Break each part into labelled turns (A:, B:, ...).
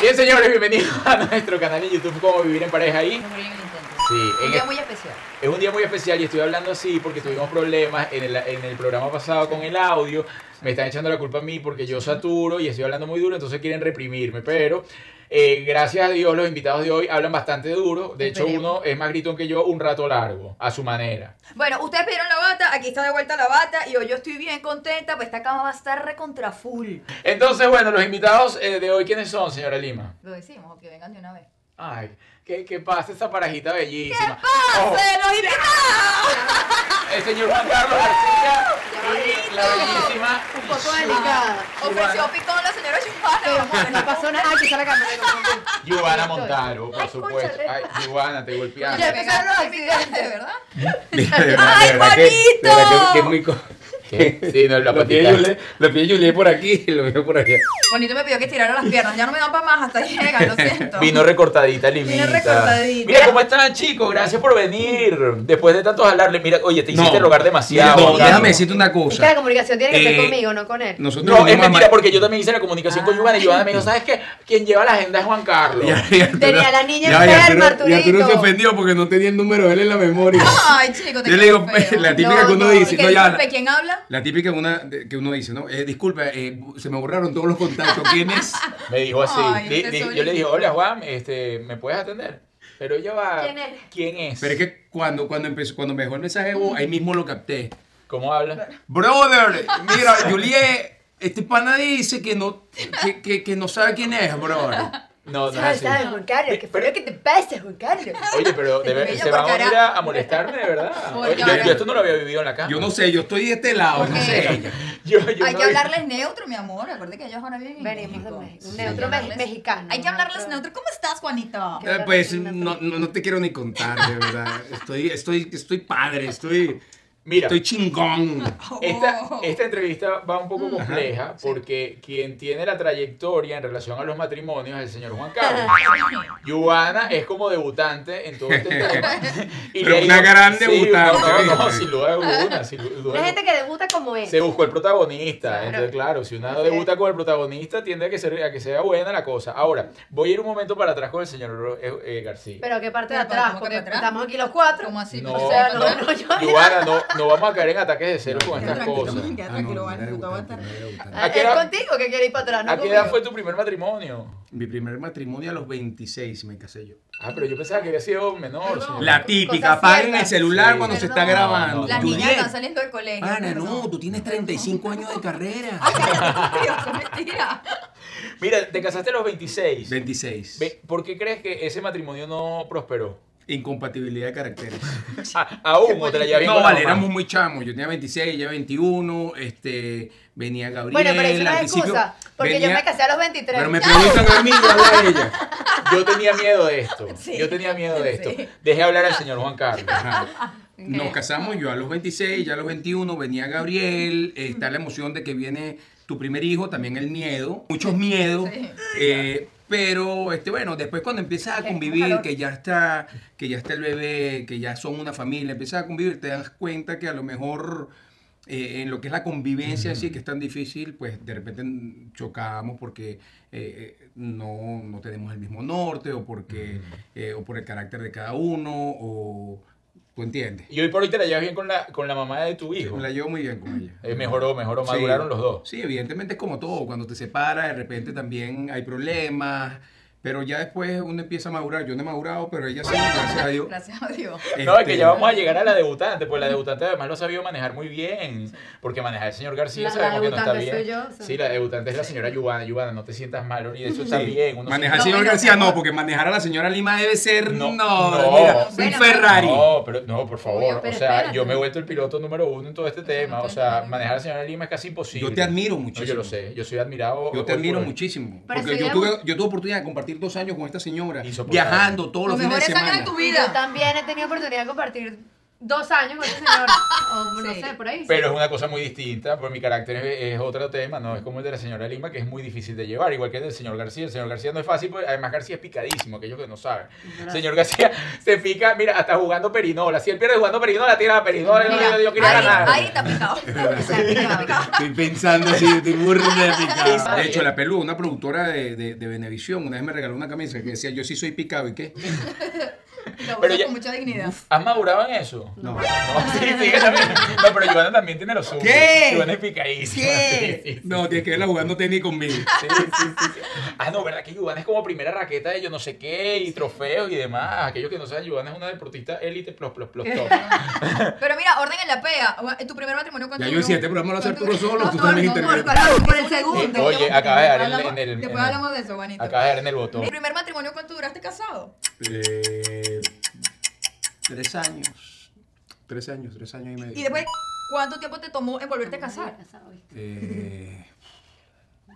A: Bien, señores, bienvenidos a nuestro canal de YouTube Cómo Vivir en Pareja ahí. Sí, en
B: Un día
A: e-
B: muy especial.
A: es un día muy especial y estoy hablando así porque tuvimos problemas en el, en el programa pasado con el audio. Me están echando la culpa a mí porque yo saturo y estoy hablando muy duro, entonces quieren reprimirme. Pero eh, gracias a Dios, los invitados de hoy hablan bastante duro. De hecho,
C: Esperemos.
A: uno es más gritón que yo un rato largo, a su manera.
C: Bueno, ustedes pidieron la bata, aquí está de vuelta la bata y hoy yo estoy bien contenta, pues esta cama va a estar recontra full.
A: Entonces, bueno, los invitados eh, de hoy, ¿quiénes son, señora Lima?
C: Lo decimos, o que vengan de una vez.
A: Ay, que, que pase esa parajita bellísima. Ojo,
C: ¡Ah! ¡Se los invitados!
A: el señor Juan Carlos García y la bellísima.
D: Un poco delicada.
C: Ofreció picón la señora Chupana, amor.
D: No pasó nada. Ay, que está la cámara. me confundí.
A: Giovanna Montalvo, por
C: Ay,
A: supuesto.
C: cónchale.
A: Ay, Giovanna, te golpeaste.
C: Ya empezaron los accidentes, ¿verdad?
E: De verdad,
C: ¡Ay,
E: de verdad que- de verdad
C: Juanito!
E: que- que es muy co-
A: ¿Qué? Sí, no, la
E: Lo pillé
A: patita.
E: Julié- lo pillé Julié por aquí y lo veo por allá.
C: Bonito me pidió que estirara las piernas, ya no me dan para más, hasta ahí llega, lo siento.
A: Vino recortadita, limita.
C: Vino recortadita.
A: Mira, ¿cómo están, chicos? Gracias por venir. Después de tantos hablarles, mira, oye, te hiciste
E: No.
A: rogar demasiado.
E: No,
A: Juan Carlos.
E: déjame decirte una
D: Es que la
E: cosa.
D: comunicación tiene que ser
E: Eh,
D: conmigo, no con él.
E: Nosotros
A: No,
E: venimos
A: es
E: a
A: mentira
E: Mar-
A: porque yo también hice la comunicación
C: Ah.
A: con Giovanna y Giovanna me dijo, ¿sabes qué? Quien lleva la agenda es Juan Carlos.
E: Ya, ya, Arturo-
D: Tenía la niña
E: ya, ya,
D: enferma,
E: Arturo- ya, Arturo se
D: Arturito.
E: ofendió porque no tenía el número de él en la memoria.
C: Ay, chico, te
E: Yo le
C: quedo
E: digo,
C: feo.
E: la típica
D: No,
E: que uno
D: no,
E: dice,
C: Y que
E: no, ya,
C: disculpe,
E: la-
C: ¿quién habla?
E: la típica una, de- que uno dice, no, eh, disculpa, eh, se me borraron todos los contactos, ¿quién es?
A: Me dijo así.
C: Ay,
A: Di-
C: usted
A: di- yo
C: solito.
A: le dije, hola Juan, este, ¿me puedes atender? Pero ella va.
D: ¿Quién eres?
A: ¿Quién es?
E: Pero es que cuando, cuando empezó, cuando me dejó el mensaje, oh, ahí mismo lo capté.
A: ¿Cómo habla?
E: Brother, mira, Juliet, este pana dice que no, que, que, que no sabe quién es, brother.
A: No, no
D: ¿Sabes,
A: es
D: sabes,
A: así.
D: Juan Carlos? ¿Qué fue lo que te pasa, Juan Carlos?
A: Oye, pero de ver-
C: Ella
A: se van a
C: por cara-
A: venir a, a molestarme, de verdad.
C: Por
A: Oye, yo,
C: cara.
A: yo esto no lo había vivido en la casa.
E: Yo no sé, yo estoy de este lado, no
C: Ok.
E: sé.
A: Yo, yo
C: Hay
A: no
C: que
A: vi-
C: hablarles neutro, mi amor. Acuérdate que ellos ahora viven en
D: Venimos de
C: México.
D: México.
C: Sí,
D: Un
C: hay que
D: neutro me-
C: hablarles-
D: mexicano.
C: Hay que hablarles neutro. ¿Cómo estás, Juanito?
D: Qué
E: Eh, Pues no, no, no te quiero ni contar, de verdad. Estoy, estoy, estoy padre, estoy,
A: Mira,
E: estoy chingón.
A: esta,
C: Oh.
A: esta entrevista va un poco compleja porque quien tiene la trayectoria en relación a los matrimonios es el señor Juan Carlos. Yuana es como debutante en todo este tema. Y
E: Pero
A: le
E: una
A: digo-
E: gran
A: sí,
E: debutante,
A: no, no, no,
E: ¿viste?
A: sin duda alguna, sin duda
D: Una
A: alguna.
D: gente que debuta como él.
A: Se buscó el protagonista.
D: Claro.
A: Entonces, claro, si una debuta con el protagonista, tiende a que, ser, a que sea buena la cosa. Ahora, voy a ir un momento para atrás con el señor eh, eh, García.
D: Pero qué parte de
C: Pero,
D: atrás,
C: ¿cómo
D: porque
C: que atrás?
D: estamos aquí los cuatro.
C: ¿Cómo así?
A: No.
C: Pero,
D: O sea,
C: ¿cómo
D: no,
C: atrás?
D: no, yo.
A: Giovanna, no, no vamos a caer en ataques de cero con estas
C: tranquilo,
A: cosas.
C: tranquilo,
E: Ah, no, no
C: Juan,
E: era
C: tú te vas a
E: debutante,
C: estar-
E: no era debutante.
A: ¿A qué
D: Ah, Es
A: edad-
D: contigo que quiere ir para atrás, no
A: ¿A qué edad
D: conmigo.
A: fue tu primer matrimonio?
E: Mi primer matrimonio a los 26 me casé yo.
A: Ah, pero yo pensaba que había sido menor. señor.
E: La típica, apaguen el celular
A: Sí.
E: cuando se
D: Perdón.
E: está grabando.
C: Las
E: Juliet,
C: niñas están saliendo del colegio.
E: pana, no,
C: perdón.
E: tú tienes 35 años de carrera.
C: Eso es mentira.
A: Mira, te casaste a los 26.
E: 26.
A: Ve, ¿Por qué crees que ese matrimonio no prosperó?
E: Incompatibilidad de caracteres.
A: Ah, aún, o te la llevas bien
E: No,
A: con la
E: vale,
A: mamá.
E: éramos muy chamos. Yo tenía 26, ella 21. Este, venía Gabriel.
D: Bueno, pero es
E: al
D: una
E: principio
D: excusa, porque yo
E: venía-
D: me casé a los 23.
E: Pero me preguntan a mí, no a ella.
A: Yo tenía miedo de esto.
C: Sí.
A: Yo tenía miedo de esto.
C: Sí.
A: Dejé hablar al señor Juan Carlos.
E: Ajá. Nos casamos yo a los 26, ya a los 21 venía Gabriel. eh, está la emoción de que viene tu primer hijo, también el miedo, muchos miedos.
C: Sí.
E: eh, pero este bueno, después cuando empiezas a
D: Tenemos
E: convivir,
D: calor.
E: que ya está, que ya está el bebé, que ya son una familia, empiezas a convivir, te das cuenta que a lo mejor eh, en lo que es la convivencia así que es tan difícil, pues de repente mm, chocábamos porque eh, no, no tenemos el mismo norte o porque eh, o por el carácter de cada uno o ¿Tú entiendes?
A: Y hoy por hoy te la llevas bien con la, con la mamá de tu hijo.
E: Me la llevo muy bien con ella.
A: Eh, mejoró, mejoró, maduraron
E: Sí.
A: los dos.
E: Sí, evidentemente es como todo, cuando te separas de repente también hay problemas, pero ya después uno empieza a madurar, yo no he madurado, pero ella sí, gracias a Dios.
C: Gracias a Dios.
A: No, es
E: Este,
A: que ya vamos a llegar a la debutante, pues la debutante además lo ha sabido manejar muy bien, porque manejar el señor García
D: La-
A: sabemos
D: la
A: que no está bien.
D: debutante soy yo, o sea.
A: Sí, la debutante es la señora Yubana, Yubana, no te sientas mal, y de eso está
E: sí.
A: bien. uno
E: Manejar al
A: siempre-
E: señor
C: No,
E: García
C: bueno,
E: no, porque manejar a la señora Lima debe ser,
A: No,
E: no,
A: no.
E: mira, un
C: Bueno,
E: Ferrari.
A: No, pero no, por favor.
D: Oye, pero
A: o sea,
D: espérate.
A: yo me he vuelto el piloto número uno en todo este tema. O sea, manejar a la señora Lima es casi imposible.
E: Yo te admiro
A: No,
E: muchísimo.
A: yo lo sé. Yo soy admirado.
E: Yo te
A: hoy por
E: admiro
A: hoy.
E: muchísimo.
D: Pero
E: Porque
D: soy
E: yo
D: de-
E: tuve, yo tuve oportunidad de compartir dos años con esta señora,
A: Insoportable.
E: viajando todos los
C: Los
E: fines de
C: mejores años de
E: semana.
C: tu
D: Y Yo
C: vida.
D: también he tenido oportunidad de compartir dos años con ese señor. O no
C: Sí.
D: sé, por ahí. sí.
A: Pero es una cosa muy distinta, porque mi carácter es, es otro tema, no es como el de la señora Lima, que es muy difícil de llevar, igual que el del señor García. El señor García no es fácil, porque además García es picadísimo, aquellos que no saben. El señor García se pica, mira, hasta jugando perinola. Si él pierde jugando perinola, tira la perinola. y yo,
C: Mira,
A: yo, yo quería
C: ahí,
A: ganar.
C: ahí está picado.
E: Estoy pensando así, estoy burro de picado. De hecho, la Pelú, una productora de, de, de Venevisión, una vez me regaló una camisa que decía, yo sí soy picado, ¿y qué?
C: Lo
A: Pero
C: uso
A: ya-
C: con mucha dignidad.
A: ¿Has madurado en eso?
E: No.
A: No, sí, sí, que también. No, pero Giovanna también tiene los suyos.
E: ¿Qué?
A: Giovanna es picadísima.
E: ¿Qué?
A: Sí, sí, sí.
E: No, tienes que verla jugando tenis conmigo.
A: Sí, sí, sí, sí. Ah, no, ¿verdad? Que Giovanna es como primera raqueta de yo no sé qué y trofeos y demás. Aquellos que no saben, Giovanna es una deportista élite plus plus plus top.
C: Pero mira, orden en la pea. Tu primer matrimonio cuánto
E: Ya yo en
A: este
E: siete programas lo hace
C: ¿Cuánto
E: Arturo
C: duró?
E: solo,
C: No,
E: tú
C: no,
E: también
C: no, por-
E: intervienes.
C: por- por el segundo.
A: Eh, Oye, acaba de dar en-
C: Hablamos-
A: en el-
C: Después
A: en-
C: hablamos de eso, Juanito.
A: Acabas de dar en el botón.
C: Mi primer matrimonio, ¿cuánto duraste casado?
E: Eh, tres años. Tres años, tres años y medio.
C: Y después, ¿cuánto tiempo te tomó en volverte a casar?
E: Eh,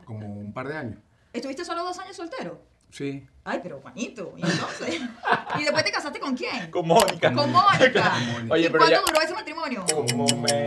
E: como un par de años.
C: ¿Estuviste solo dos años soltero?
E: Sí.
C: Ay, pero Juanito, ¿y entonces? ¿Y después te casaste con quién?
A: Con Mónica.
C: Con Mónica.
A: Oye,
C: ¿Y
A: pero
C: cuánto
A: ya-
C: duró ese matrimonio?
A: Como me-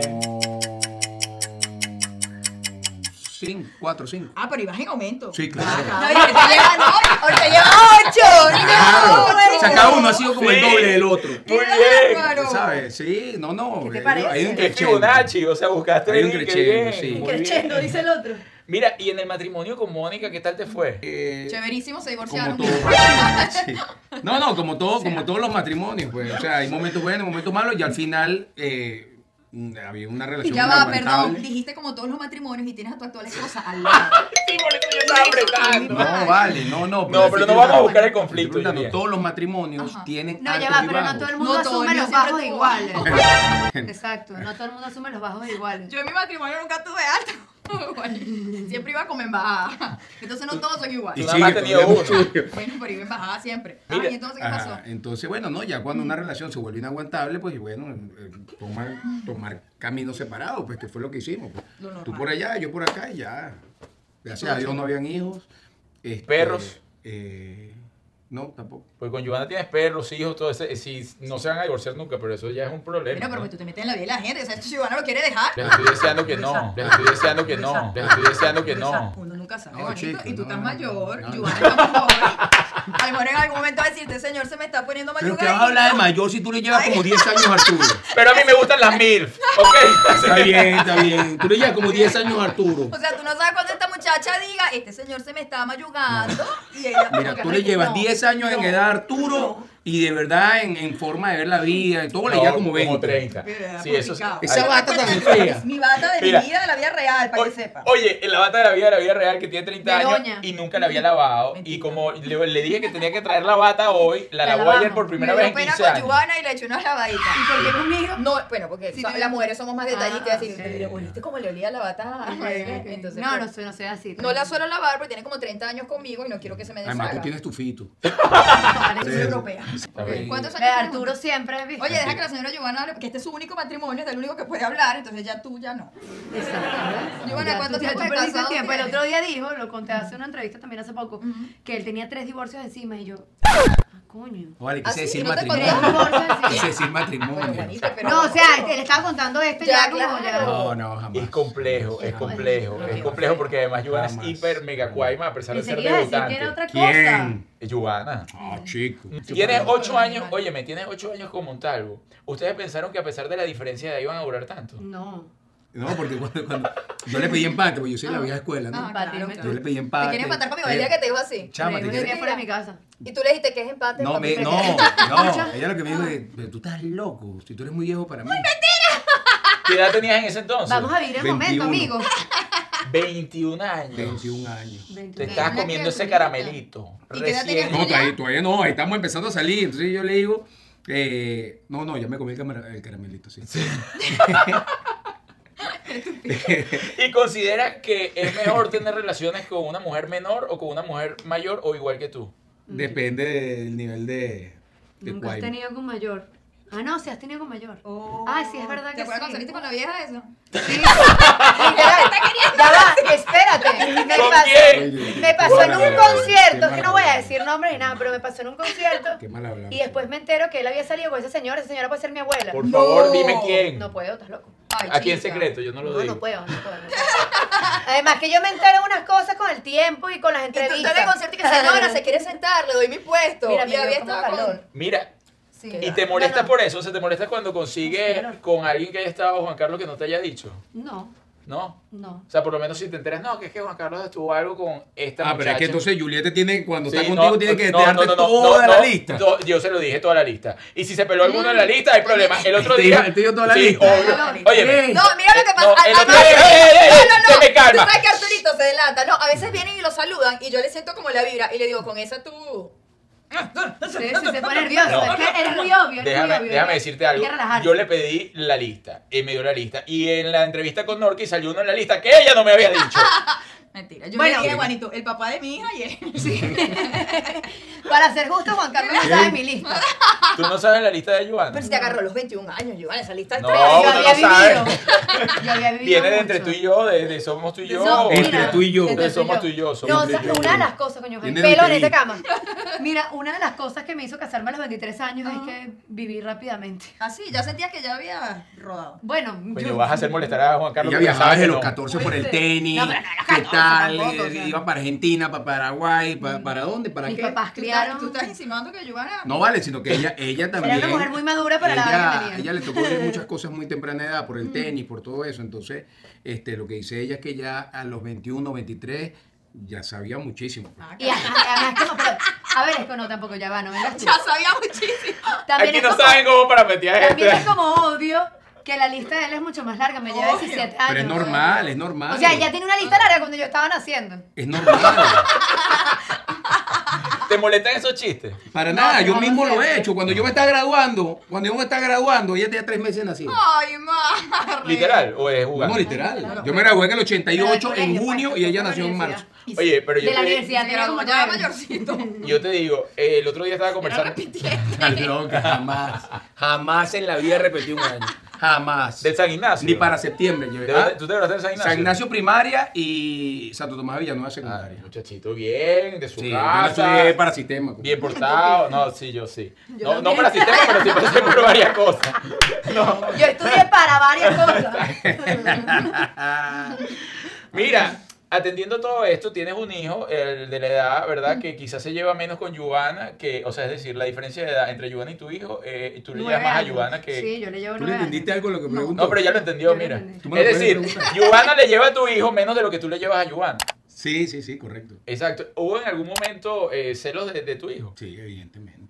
E: Cinco, cuatro, cinco.
C: Ah, pero ibas en aumento.
E: Sí, claro.
C: No, y ahorita lleva, no, ahorita lleva ocho.
E: Claro. O sea, cada uno ha sido como el
A: Sí.
E: doble del otro.
A: Muy bien.
C: Claro.
E: ¿Sabes? Sí, no, no.
C: ¿Qué te
E: eh,
C: parece?
E: Hay un
A: Es
E: crescendo.
A: Fibonacci, o sea, buscaste
E: Hay un
A: bien, qué
E: crescendo,
A: bien,
E: sí.
A: muy bien.
D: Creciendo, dice el otro.
A: Mira, y en el matrimonio con Mónica, ¿qué tal te fue?
E: Eh,
C: Chéverísimo, se
E: como
C: divorciaron.
E: todo. Sí. No, no, como todo, como todos los matrimonios, pues. O sea, hay momentos buenos, momentos malos, y al final eh, había una relación.
C: Ya va,
E: inaguantable.
C: perdón. Dijiste como todos los matrimonios y tienes a tu actual esposa al lado.
A: Sí, por eso yo estaba apretando.
E: No, vale, no, no.
A: No, pero
E: estoy
A: no vamos a
E: preguntando-
A: buscar el conflicto,
E: estoy preguntando,
A: Julián.
E: todos los matrimonios
C: Ajá.
E: tienen
D: No, ya
E: altos
D: va,
E: y
D: pero no
E: bajos.
D: todo el mundo
C: No todo,
D: asume
C: yo
D: los
C: siempre
D: bajos
C: tuvo
D: iguales. Exacto, no todo el mundo asume los bajos iguales.
C: Yo en mi matrimonio nunca tuve alto. Bueno, siempre iba como en bajada. Entonces no todos son
E: Y
C: iguales.
A: Tú nada más
E: sigue,
A: tenías
E: todavía
A: uno.
E: mucho.
C: Bueno, pero iba en bajada siempre. Ah,
A: Mira.
C: ¿y entonces qué pasó?
E: Ajá, Eh, Entonces, bueno, no, ya cuando una relación se vuelve inaguantable, pues y bueno, eh, tomar, tomar caminos separados, pues que fue lo que hicimos. pues.
C: Lo normal.
E: Tú por allá, yo por acá, y ya. Gracias a Dios no habían hijos. Este,
A: ¿Perros?
E: eh, no, tampoco.
A: Pues con Giovanna tienes perros, hijos, todo ese. Si no se van a divorciar nunca, pero pues eso ya es un problema.
C: Mira, pero
A: ¿no?
C: que tú te metes en la vida de la gente. O sea, este chivano lo quiere dejar.
A: Les estoy deseando que no, les estoy deseando que no, les estoy deseando que
C: Luisa,
A: no.
C: Uno nunca sabe,
E: No,
C: bonito.
E: chico,
C: y tú
E: no,
C: estás
E: no,
C: mayor,
E: no, no.
C: Giovanna está mayor. A lo mejor en algún momento va a decirte, señor, se me está poniendo
E: Pero
C: mayuga.
E: que vas a hablar de mayor si tú le llevas como 10 años a Arturo.
A: Pero a mí me gustan las MILF, ¿ok?
E: Está bien, está bien. Tú le llevas como 10 años a Arturo.
C: O sea, tú no sabes cuando esta muchacha diga, este señor se me está mayugando. Y ella,
E: Mira, tú le llevas 10 años en edad a Arturo y de verdad en, en forma de ver la vida y todo, le lleva
A: No,
E: como 20.
A: 30.
C: Mira,
A: Sí, eso es-
C: complicado.
E: Esa
A: Ay,
E: bata tan fea.
C: Mi bata de
A: Mira.
C: mi vida, de la vida real, para
A: o-
C: que sepa.
A: Oye, en la bata de la vida de la vida real que tiene 30 años
D: Begoña.
A: y nunca la había lavado. Y
C: Mentira.
A: como le, le dije que tenía que traer la bata hoy, la,
D: La
A: lavó
D: lavamos.
A: ayer por primera
C: me
A: vez
C: dio
A: en
C: pena
A: 15
C: con
A: años.
C: Giovanna y le eché una lavadita.
D: ¿Y por qué conmigo?
C: No, bueno, porque
D: Sí,
C: so-
D: no,
C: las mujeres somos más detallistas.
D: Ah,
C: y
D: sí.
C: te digo, ¿oliste cómo le olía la bata? a María?" Entonces,
D: Ah, no,
C: pues,
D: no soy, no soy así.
C: no la suelo lavar porque tiene como 30 años conmigo y no quiero que se me deshaga.
E: Además, tú tienes tu fito.
C: Yo soy europea.
A: Está bien.
C: ¿Cuántos
D: La de
C: años
D: Eh, Arturo siempre,
C: tienes?
D: ¿viste?
C: Oye, deja que la señora Giovanna hable, porque este es su único matrimonio, es el único que puede hablar, entonces ya tú ya no.
D: Exacto.
C: Giovanna,
D: Ya
C: ¿cuánto
D: tú- ya
C: tiempo
D: tú
C: de
D: perdiste
C: casado
D: tiempo? El
C: tienes?
D: otro día dijo, lo conté hace una entrevista también hace poco, que él tenía tres divorcios encima y yo, ah, coño.
E: Vale,
C: ¿Ah, sí?
E: quise decir
C: ¿No te
E: matrimonio.
D: Tres divorcios
E: Quise
D: encima.
E: decir matrimonio.
C: Bueno, Juanita, pero...
D: No, o sea, este, él- él estaba contando esto
C: Ya,
D: ya, como ya.
C: claro.
E: No, no, jamás.
A: Es complejo, es complejo, es complejo porque además Giovanna es
E: Jamás.
A: hiper mega cuaima a pesar de
D: Pensé
A: ser
D: que iba a decir que era
A: debutante.
D: otra cosa.
E: ¿Quién?
A: Giovanna.
E: Ah, chico.
A: Tienes
C: Chupador.
A: ocho años, óyeme, tienes ocho años con Montalvo. ¿Ustedes pensaron que a pesar de la diferencia de ahí iban a durar tanto?
D: No.
E: No, porque cuando, cuando- yo le pedí empate, porque yo soy de la vieja escuela, ¿no?
D: Ah, claro,
E: Yo le
D: claro.
E: pedí empate.
C: ¿Te quieres empatar conmigo?
A: eh,
C: El día que te dijo así.
E: Chama, te
D: Me
E: quieres-
D: quedé fuera de mi casa.
C: Y tú le dijiste que es empate.
E: No,
C: papi,
E: me,
C: pero
E: no,
C: que-
E: no. Ella lo que me dijo es, pero tú estás loco, si tú eres muy viejo para mí.
A: ¿Qué edad tenías en ese entonces?
D: Vamos a vivir el
E: 21.
D: momento, amigo.
A: 21 años.
E: 21 años.
A: Te
D: Veintiuno.
A: estás
F: Una
A: comiendo ese
F: criaturita.
A: caramelito.
F: ¿Y qué edad
A: Recién.
F: tenías
E: No, todavía, todavía no, ahí estamos empezando a salir. Entonces yo le digo, eh, no, no, ya me comí el, camara- el caramelito, sí.
A: ¿Y consideras que es mejor tener relaciones con una mujer menor o con una mujer mayor o igual que tú?
E: Depende del nivel de, de
D: Nunca has
E: guay.
D: tenido con mayor. Ah, no, si has tenido con mayor.
C: Oh.
D: Ah, sí, es verdad
F: ¿Te
D: que
F: acuerdas cuando
D: sí.
F: saliste con la vieja eso?
D: Sí.
C: Literal.
F: Ya va, espérate.
A: ¿Con
F: Me pasó,
A: quién?
F: me pasó en
E: Qué
F: un
E: mala-
F: concierto,
E: qué
F: que no voy a
E: mala-
F: decir nombres ni nada, pero me pasó en un concierto
E: Qué mal hablamos.
F: y después me entero que él había salido con esa señora, esa señora puede ser mi abuela.
A: Por favor,
C: No.
A: dime quién.
F: No puedo, estás loco.
C: Ay,
A: Aquí en
C: chica.
A: secreto, yo no lo
F: No,
A: digo.
F: no puedo, no puedo. no puedo. Además que yo me entero unas cosas con el tiempo y con las
C: Y tú estás en el
F: entrevistas.
C: concierto y que señora, se quiere sentar, le doy mi puesto.
F: Mira,
C: y
F: me
C: había
F: dio como
C: estado con-
F: calor.
A: Mira,
F: Sí.
A: ¿y te molestas por eso? ¿Se te molesta cuando consigues con alguien que haya estado Juan Carlos que no te haya dicho?
D: No,
A: ¿No?
D: no.
A: O sea, por lo menos si te enteras, no, que es que Juan Carlos estuvo algo con esta
E: Ah, pero es
A: muchacha.
E: que entonces Julieta tiene, cuando
A: Sí,
E: está
A: no,
E: contigo, tiene que
A: no,
E: dejarte
A: no, no, no,
E: toda
A: no,
E: la
A: no,
E: lista.
A: to- yo se lo dije toda la lista. Y si se peló alguno de la lista, hay problema. El otro
E: Te
A: día.
E: dijo- te dijo toda la
A: Sí,
E: lista.
A: obvio.
E: Toda la
A: Óyeme.
E: lista.
C: No, mira lo que pasa.
A: No, el
C: Ah,
A: otro
C: no,
A: día- ¡Eh, eh, eh!
C: no, no, no.
A: Se me calma.
C: Tú sabes que Arturito se delata. No, a veces vienen y lo saludan y yo le siento como la vibra y le digo, con esa tú.
D: Sí, sí, se pone nervioso. es que es muy obvio. es muy
A: Déjame,
D: obvio.
A: déjame decirte algo.
D: Hay que relajarse.
A: Yo le pedí la lista. Él me dio la lista. Y en la entrevista con Norky salió uno en la lista que ella no me había dicho.
F: Mentira.
C: Yo
F: bueno,
C: le dije, Juanito, el papá de mi hija y él.
F: para ser justo, Juan Carlos no sabe mi lista.
A: Tú no sabes la lista de Joana.
C: Pero si te agarró a los 21 años, Giovanna, esa lista
A: No,
C: está
A: uno
D: yo había
A: no sabe.
D: vivido. Yo había vivido
A: Viene de entre
D: mucho.
A: tú y yo, de, de somos tú y yo.
D: No,
A: o
E: Entre
A: de-
D: mira,
E: tú y yo.
A: de
D: entre
A: somos tú y yo. somos
F: No, o
A: tú y
F: sea,
A: yo.
F: una de las cosas, coño, el
E: Tiene
F: pelo en
E: literín.
F: esta cama.
D: Mira, una de las cosas que me hizo casarme a los 23 años
A: Ah.
D: es que viví rápidamente.
C: Así, Ah, ya sentías que ya había rodado.
D: Bueno,
A: Coño,
D: yo-
A: vas a hacer molestar a Juan Carlos.
E: Ella
A: porque
E: viajaba
A: sabes que
E: desde los
A: no.
E: 14 por el tenis,
F: No, pero no a los
E: qué
F: 14
E: tal,
F: tampoco,
E: Eh,
F: o sea.
E: iba para Argentina, para Paraguay, pa- para dónde, para
D: Mm. mis
E: qué.
D: papás
F: Tú estás,
D: criaron.
F: tú estás insinuando que Giovanna.
E: No vale, sino que ella, ella también.
D: Era una mujer muy madura para la Mm. edad que
E: ella,
D: tenía.
E: ella le tocó ver muchas cosas muy temprana edad, por el tenis, por todo eso. Entonces, este, lo que dice ella es que ya a los 21, 23, ya sabía muchísimo.
D: Y además, además como, pero, a ver, es que no, tampoco ya va, no vengas tú.
C: Ya sabía muchísimo.
D: También
A: Aquí
D: es
A: no
D: como-
A: saben cómo para meter a
D: También es
A: gente.
D: como obvio que la lista de él es mucho más larga, me lleva 17 años.
E: Pero es normal, es normal.
D: O sea, ya tiene una lista larga cuando yo estaba naciendo.
E: Es normal.
A: ¿Te molestan esos chistes?
E: Para nada, yo
D: no,
E: mismo
D: no
E: lo he
D: siempre.
E: hecho. Cuando yo me estaba graduando, cuando yo me estaba graduando, ella tenía tres meses nacida.
C: Ay,
D: pues,
C: madre.
A: ¿Literal? ¿O es
E: No,
A: jugar?
E: no, literal. Yo me gradué en el
D: Pero del
E: 88 en
D: colegio,
E: junio
D: pues,
E: y ella
D: tampoco
E: nació en
D: universidad.
E: marzo.
D: Y sí,
A: Oye, pero yo
D: de la
A: te,
D: universidad tenía como
C: Ya
D: nueve.
C: mayorcito.
A: yo te digo, eh, el otro día estaba conversando.
E: Está loca, jamás. Jamás en la vida repetí un año. Jamás.
A: Del San Ignacio.
E: Ni para septiembre
A: ¿De
E: llevé.
A: verdad?
E: Ah,
A: ¿Tú te graduaste en San Ignacio?
E: San Ignacio primaria y Santo Tomás de Villanueva
A: Ah,
E: secundaria.
A: muchachito, bien, de su
E: Sí, yo no
A: casa.
E: estudié para sistema. pues.
A: Bien portado, no, sí, yo sí. No, no para sistema, pero sí pasé por varias cosas. No.
F: Yo estudié para varias cosas.
A: Mira, atendiendo todo esto, tienes un hijo, el de la edad,
D: Mm.
A: ¿verdad? Que quizás se lleva menos con Giovanna, que, o sea, es decir, la diferencia de edad entre Giovanna y tu hijo, eh, tú le
D: Nueve
A: llevas más a
D: años.
A: Giovanna que...
D: Sí, yo le llevo
E: ¿Tú le
D: nueve años.
E: entendiste algo de lo que preguntó?
A: No, pero ya lo entendió,
D: Yo lo
A: mira.
D: entendí.
E: Tú me
A: Es
E: lo puedes
A: decir,
E: preguntar.
A: Giovanna le lleva a tu hijo menos de lo que tú le llevas a Giovanna.
E: Sí, sí, sí, correcto.
A: Exacto. ¿Hubo en algún momento eh, celos de, de tu hijo?
E: Sí, evidentemente.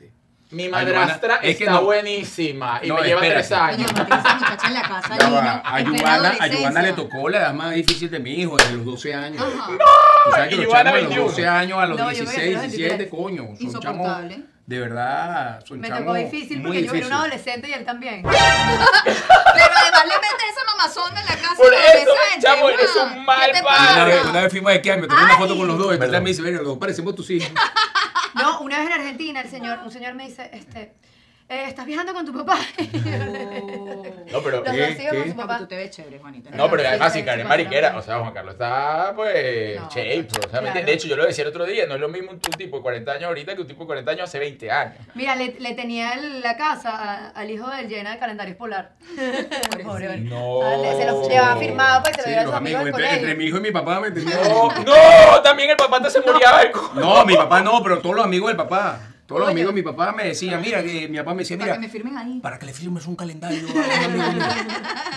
A: Mi
E: Giovanna,
A: madrastra
E: es que
A: está
E: no.
A: buenísima y
E: No,
A: me lleva
E: espérate.
A: tres años.
F: muchacha en la casa.
E: Ya va, A Giovanna, a Giovanna le tocó la edad más difícil de mi hijo, de los 12 años. ¡No! Tú sabes que
A: Y
E: los
A: Giovanna
E: chamos a los
A: 21.
E: 12 años, a los
D: No, yo me quedé
E: 16,
D: a los
E: 17,
D: 23.
E: coño. Son chamos,
F: Insoportable.
E: de verdad, son
D: Me
E: chamos
D: tocó difícil
E: muy
D: porque yo era un
E: difíciles.
D: adolescente y él también.
C: Pero además le metes esa mamazona en la casa.
A: Por
C: de
A: eso,
C: adolescente,
A: chamo,
C: ma.
A: es un mal
C: ¿Qué te
A: padre.
E: Una
C: pasa?
E: vez, una vez fuimos a Ikea, me tomé una foto
D: Ay.
E: con los dos y
A: Perdón.
E: me dice, venga, los dos parecemos tus hijos.
D: No, una vez en Argentina, el señor, un señor me dice, este, eh, ¿estás viajando con tu papá? Y yo le-
A: No, pero,
D: Los
E: ¿Qué?
D: dos hijos con
E: ¿Qué?
D: su papá.
F: te ves chévere, Juanita.
A: no, pero
D: Sí,
A: además,
D: sí,
A: si
D: sí,
A: Karen
D: sí,
A: Mariquera,
D: sí.
A: o sea, Juan Carlos está, pues,
F: No,
A: shape, o sea,
D: claro.
A: De hecho, yo lo decía el otro día, no es lo mismo un, un tipo de 40 años ahorita que un tipo de 40 años hace 20 años.
D: Mira, le, le tenía el- la casa a- al hijo del llena de calendarios polar. Pobre.
A: No.
F: Ah, le- se los llevaba firmado para
D: pues,
F: que se
E: Oh, Sí,
F: lo diera a
E: los
F: sus amigos
E: amigos,
F: del
E: entre, entre mi
F: colegio.
E: hijo y mi papá me tenía...
A: No, no, también el papá te se muriaba el cu-
E: No, mi papá no, pero todos los amigos del papá. Todos los amigos de mi papá me decían, mira, que mi papá me decía,
C: Para que
E: mira,
C: me firmen ahí.
E: para que le firmes un calendario, a un amigo,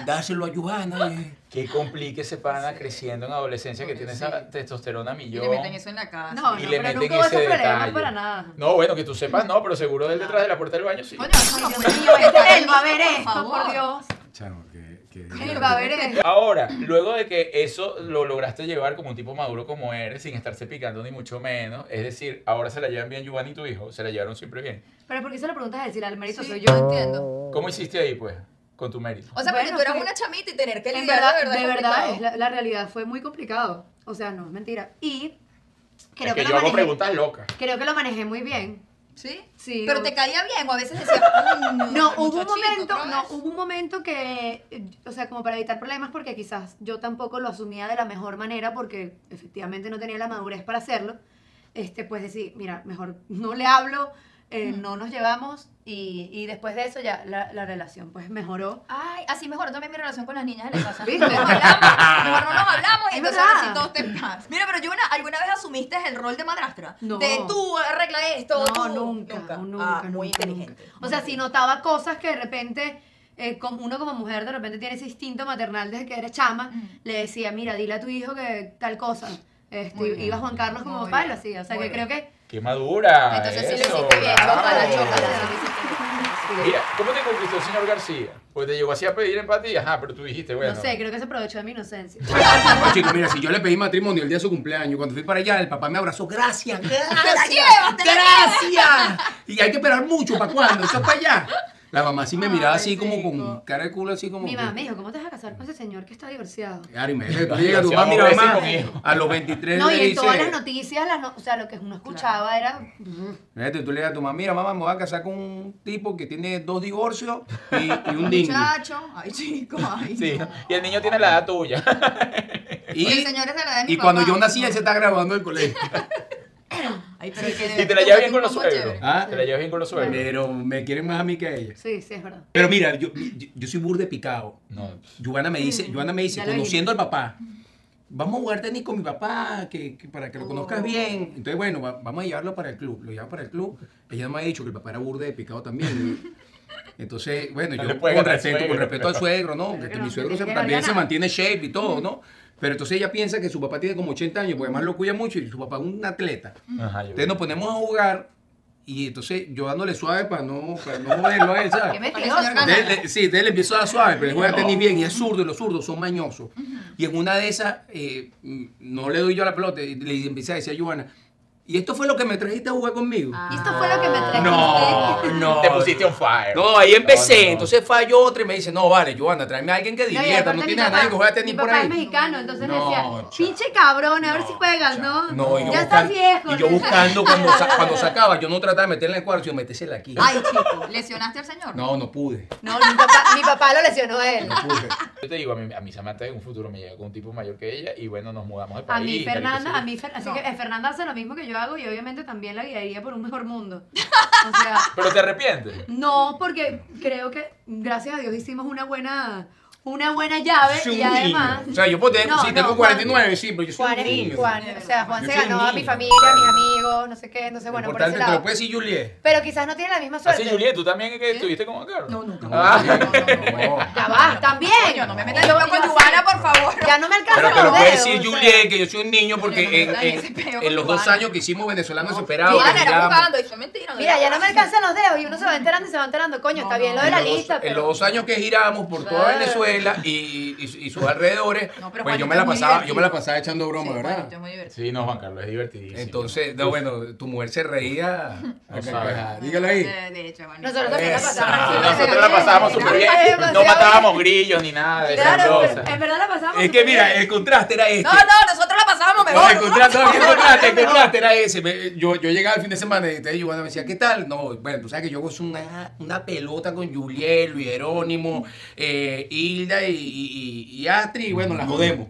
E: dáselo a Johanna. eh.
A: Que complique ese pana creciendo en adolescencia que tiene esa testosterona a
C: Que
A: millón.
C: le metan eso en la casa.
D: No,
A: y
D: no,
A: le
D: pero
A: meten
D: nunca va a
A: ese
D: ser problema
A: detalle.
D: para nada.
A: No, bueno, que tú sepas, no, pero seguro del detrás de la puerta del baño sí.
C: Coño, eso no puede
D: pues, Él va a ver
C: ser. Por
D: esto, por
C: favor.
D: Dios.
E: Chamo, que, que-
D: Él va a ver esto.
A: Ahora, luego de que eso lo lograste llevar como un tipo maduro como eres, sin estarse picando ni mucho menos, es decir, ahora se la llevan bien Giovanni y tu hijo, se la llevaron siempre bien.
D: Pero ¿por qué se lo preguntas a decir al marito?
C: Sí,
D: Soy
C: yo
D: yo.
C: entiendo.
A: ¿Cómo hiciste ahí, pues, con tu mérito?
C: O sea, porque
D: Bueno,
C: tú eras
D: fue-
C: una chamita y tener que
D: En
C: lidiar
D: verdad,
C: de verdad.
D: de
C: es
D: verdad,
C: complicado.
D: es la, la realidad fue muy complicado. O sea, no, es mentira. Y creo
A: es que,
D: que,
A: yo
D: lo
A: hago
D: manejé.
A: preguntas locas.
D: Creo que lo manejé muy bien.
C: ¿Sí?
D: Sí,
C: Pero
D: o-
C: te caía bien o a veces decías, "Mm,
D: No, hubo un
C: muchachito,
D: momento,
C: otra
D: no,
C: vez".
D: hubo un momento que, eh, o sea, como para evitar problemas, porque quizás yo tampoco lo asumía de la mejor manera, porque efectivamente no tenía la madurez para hacerlo, este, pues decir, mira, mejor no le hablo, eh, no nos llevamos, y, y después de eso ya la, la relación pues mejoró.
C: Ay, así mejoró también mi relación con las niñas de la casa.
D: ¿Viste?
C: Mejor no hablamos, mejor no nos hablamos y
D: Es
C: entonces
D: verdad.
C: así todos te más. Mira, pero yo una- alguna vez asumiste el rol de madrastra.
D: No.
C: De tú arregla esto, tú.
D: no, nunca, nunca,
C: Ah,
D: nunca,
C: muy
D: nunca,
C: inteligente.
D: nunca. O sea, si notaba cosas que de repente, eh, como uno como mujer de repente tiene ese instinto maternal desde que era chama,
C: Mm.
D: le decía, mira, dile a tu hijo que tal cosa. Este,
C: Muy bien.
D: iba Juan Carlos como
C: Muy
D: papá y lo
C: bien,
D: hacía. O sea,
C: muy
D: que creo
C: bien.
D: que
A: ¡Qué madura!
C: Entonces sí
A: eso,
C: lo hiciste bien,
A: bravo.
C: chócala,
D: chócala.
A: Mira, ¿cómo te conquistó el señor García? Pues te llegó así a pedir empatía, ajá, pero tú dijiste, bueno.
D: no sé, creo que se aprovechó de mi inocencia.
E: No, chico, mira, si yo le pedí matrimonio el día de su cumpleaños, cuando fui para allá, el papá me abrazó, gracias,
C: Ah, ¡Te la
E: gracias,
C: llevas, te la
E: gracias. Y hay que esperar mucho, ¿para cuándo? Eso es para allá. La mamá sí me miraba
C: Ay,
E: así como con
C: chico.
E: cara de culo, así como
D: Mi
E: que-
D: mamá me dijo, ¿cómo te vas a casar con ese señor que está divorciado?
E: Claro, imagínate, tú llegas a tu
A: Sí,
E: mamá,
A: vamos
E: mira,
A: a ver si
E: mamá,
A: conmigo.
E: a los 23
D: No,
E: le
D: y en todas
E: dice-
D: las noticias, las no- o sea, lo que uno escuchaba era... "Mm,
E: Imagínate, tú le dices a tu mamá, mira, mamá, me voy a casar con un tipo que tiene dos divorcios y, y un dingue.
C: Muchacho, ay chico, ay.
A: Sí,
C: no.
A: y el niño tiene la edad tuya.
E: Y,
C: Oye, señores, de la edad de mi
E: y cuando
C: papá.
E: yo nací, él se está grabando el colegio.
C: Ay, pero que de
A: Y te la
C: verdad
A: llevas
C: que
A: bien con los
C: fue muy
A: suegros.
C: chévere.
E: Ah.
A: Te la llevas bien con los suegros.
E: Pero me quieren más a mí que a ella.
D: Sí, sí, es verdad.
E: Pero mira, yo, yo, yo soy burde picado.
A: No, pues.
E: Joana me dice, Joana me dice,
D: Mm, ya lo
E: conociendo al papá, vamos a jugar tenis con mi papá, que, que para que lo
D: Oh.
E: conozcas bien. Entonces, bueno, va- vamos a llevarlo para el club. Lo llevamos para el club. Ella me ha dicho que el papá era burde de picado también. Entonces, bueno,
A: No le
E: yo
A: puede
E: con
A: ganar al
E: respeto, con
A: suegro,
E: respeto al
A: pero-
E: suegro, ¿no? Que,
D: Claro
E: que
D: que
E: mi
D: no,
E: suegro
D: tiene
E: se-
D: que
E: también se
D: ganar.
E: mantiene shape y todo, ¿no? Pero entonces ella piensa que su papá tiene como 80 años, porque además lo cuida mucho y su papá es un atleta.
A: Ajá, yo.
E: Entonces nos ponemos a jugar y entonces yo dándole suave para no, para no joderlo a él, ¿sabes?
D: Qué mentiroso.
C: Para que
E: Entonces, le- sí, entonces le empiezo a dar suave, pero él juega tenis bien y es zurdo y los zurdos son mañosos. Y en una de esas, eh, mm, no le doy yo la pelota y le empecé a decir a Joana, ¿y esto fue lo que me trajiste a jugar conmigo?
D: Y esto fue lo que me trajo.
E: Ah. No, no.
A: Te pusiste on fire.
E: No, ahí empecé,
A: No, no, no.
E: entonces falló otra y me dice, no, vale, Joana, tráeme a alguien que
D: No, y
E: divierta,
D: aparte
E: no
D: mi
E: tiene a
D: papá-
E: nadie que juega tenis
D: mi
E: por
D: papá es
E: ahí.
D: mexicano, entonces le
E: No,
D: decía,
E: chao.
D: pinche cabrón, a ver si juegas,
E: chao.
D: ¿no?
E: No, y yo
D: ya estás
E: buscando-
D: viejo.
E: Y yo
D: le decía.
E: buscando cuando, sa- cuando sacaba, yo no trataba de meterla en el cuarto, yo metésela aquí.
C: Ay, chico, lesionaste al señor.
E: No, no pude,
F: No, mi papá, mi papá lo lesionó a él.
E: no pude.
A: Yo te digo, a mí, a mí Samantha en un futuro me llega con un tipo mayor que ella y bueno, nos mudamos de
D: A
A: país. tal,
D: mí,
A: y qué sé
D: Fernanda,
A: yo.
D: a mí, Fer- así
C: No.
D: que eh, Fernanda hace lo mismo que yo hago y obviamente también la guiaría por un mejor mundo. O sea,
A: Pero te arrepientes.
D: no, porque creo que, gracias a Dios, hicimos una buena, una buena llave
E: Soy un
D: y
E: niño.
D: además...
E: O sea, yo puedo tener-
D: No,
E: sí,
D: no,
E: tengo
D: Juan-
E: 49, sí, pero yo soy
F: Juan,
E: un niño.
F: Juan, o sea, Juan
E: Yo
F: se
E: soy un
F: ganó a mi
E: niño.
F: familia, a mis amigos, no sé qué, entonces bueno, por ese
E: importante, pues- te
F: lado.
E: lo puede decir Juliet.
F: Pero quizás no tiene la misma suerte.
A: Así, Juliet, tú también que estuviste con Juan Carlos.
C: No, nunca.
A: Ah.
C: No, no, no, no.
D: Ya va, también.
C: Coño, no me metas yo con Giovanna, por favor.
F: Ya no me alcanza
E: Pero te lo
F: los
E: puede
F: dedos.
E: decir
F: o sea.
E: Juliet que yo soy un niño
C: Coño, no
E: porque
C: me
E: en,
C: metas en
E: en-
C: ese peo
E: en los
C: con
E: dos
C: Juana.
E: años que hicimos Venezolanos Desesperados, que
C: Giovanna era
E: girábamos,
C: jugando y fue mentira. no
F: Mira,
C: era
F: ya no me
C: así.
F: alcanzan los dedos y uno se va enterando y se va enterando. Coño, está bien lo de
E: en
F: la
E: los-
F: lista,
E: En
F: pero...
E: los dos años que giramos por toda
F: Ah.
E: Venezuela y, y- y- y sus alrededores,
C: No, pero
E: pues yo
C: Juanito
E: me la
C: es muy
E: pasaba, yo
C: divertido.
E: me la pasaba echando
C: Sí,
E: broma,
C: Juanito,
E: ¿verdad?
C: es muy divertido.
A: Sí, no, Juan Carlos, es divertidísimo.
E: Entonces, no, bueno, tu mujer se reía. a
A: sabe.
E: carcajadas. Dígalo ahí.
C: De de hecho, Juanito.
F: Nosotros también la
E: Esa.
F: pasamos.
C: Ah,
A: Sí,
F: así.
A: Nosotros la pasábamos súper bien. No matábamos grillos ni nada de esas
D: Claro, em,
A: cosas.
D: en verdad la pasamos
E: Es que
D: súper
E: mira,
D: bien.
E: el contraste era este.
C: No, no, nosotros la pasábamos
E: No,
C: mejor.
E: el contrato, no, el contrato, el contrato era ese. Me- Yo, yo llegaba el fin de semana y te digo, bueno, me decía, ¿qué tal? No, bueno, tú sabes que yo gozo una, una pelota con Juliet, Luis Jerónimo, eh, Hilda y, y, y- y Eh, Astri, y bueno, la jodemos.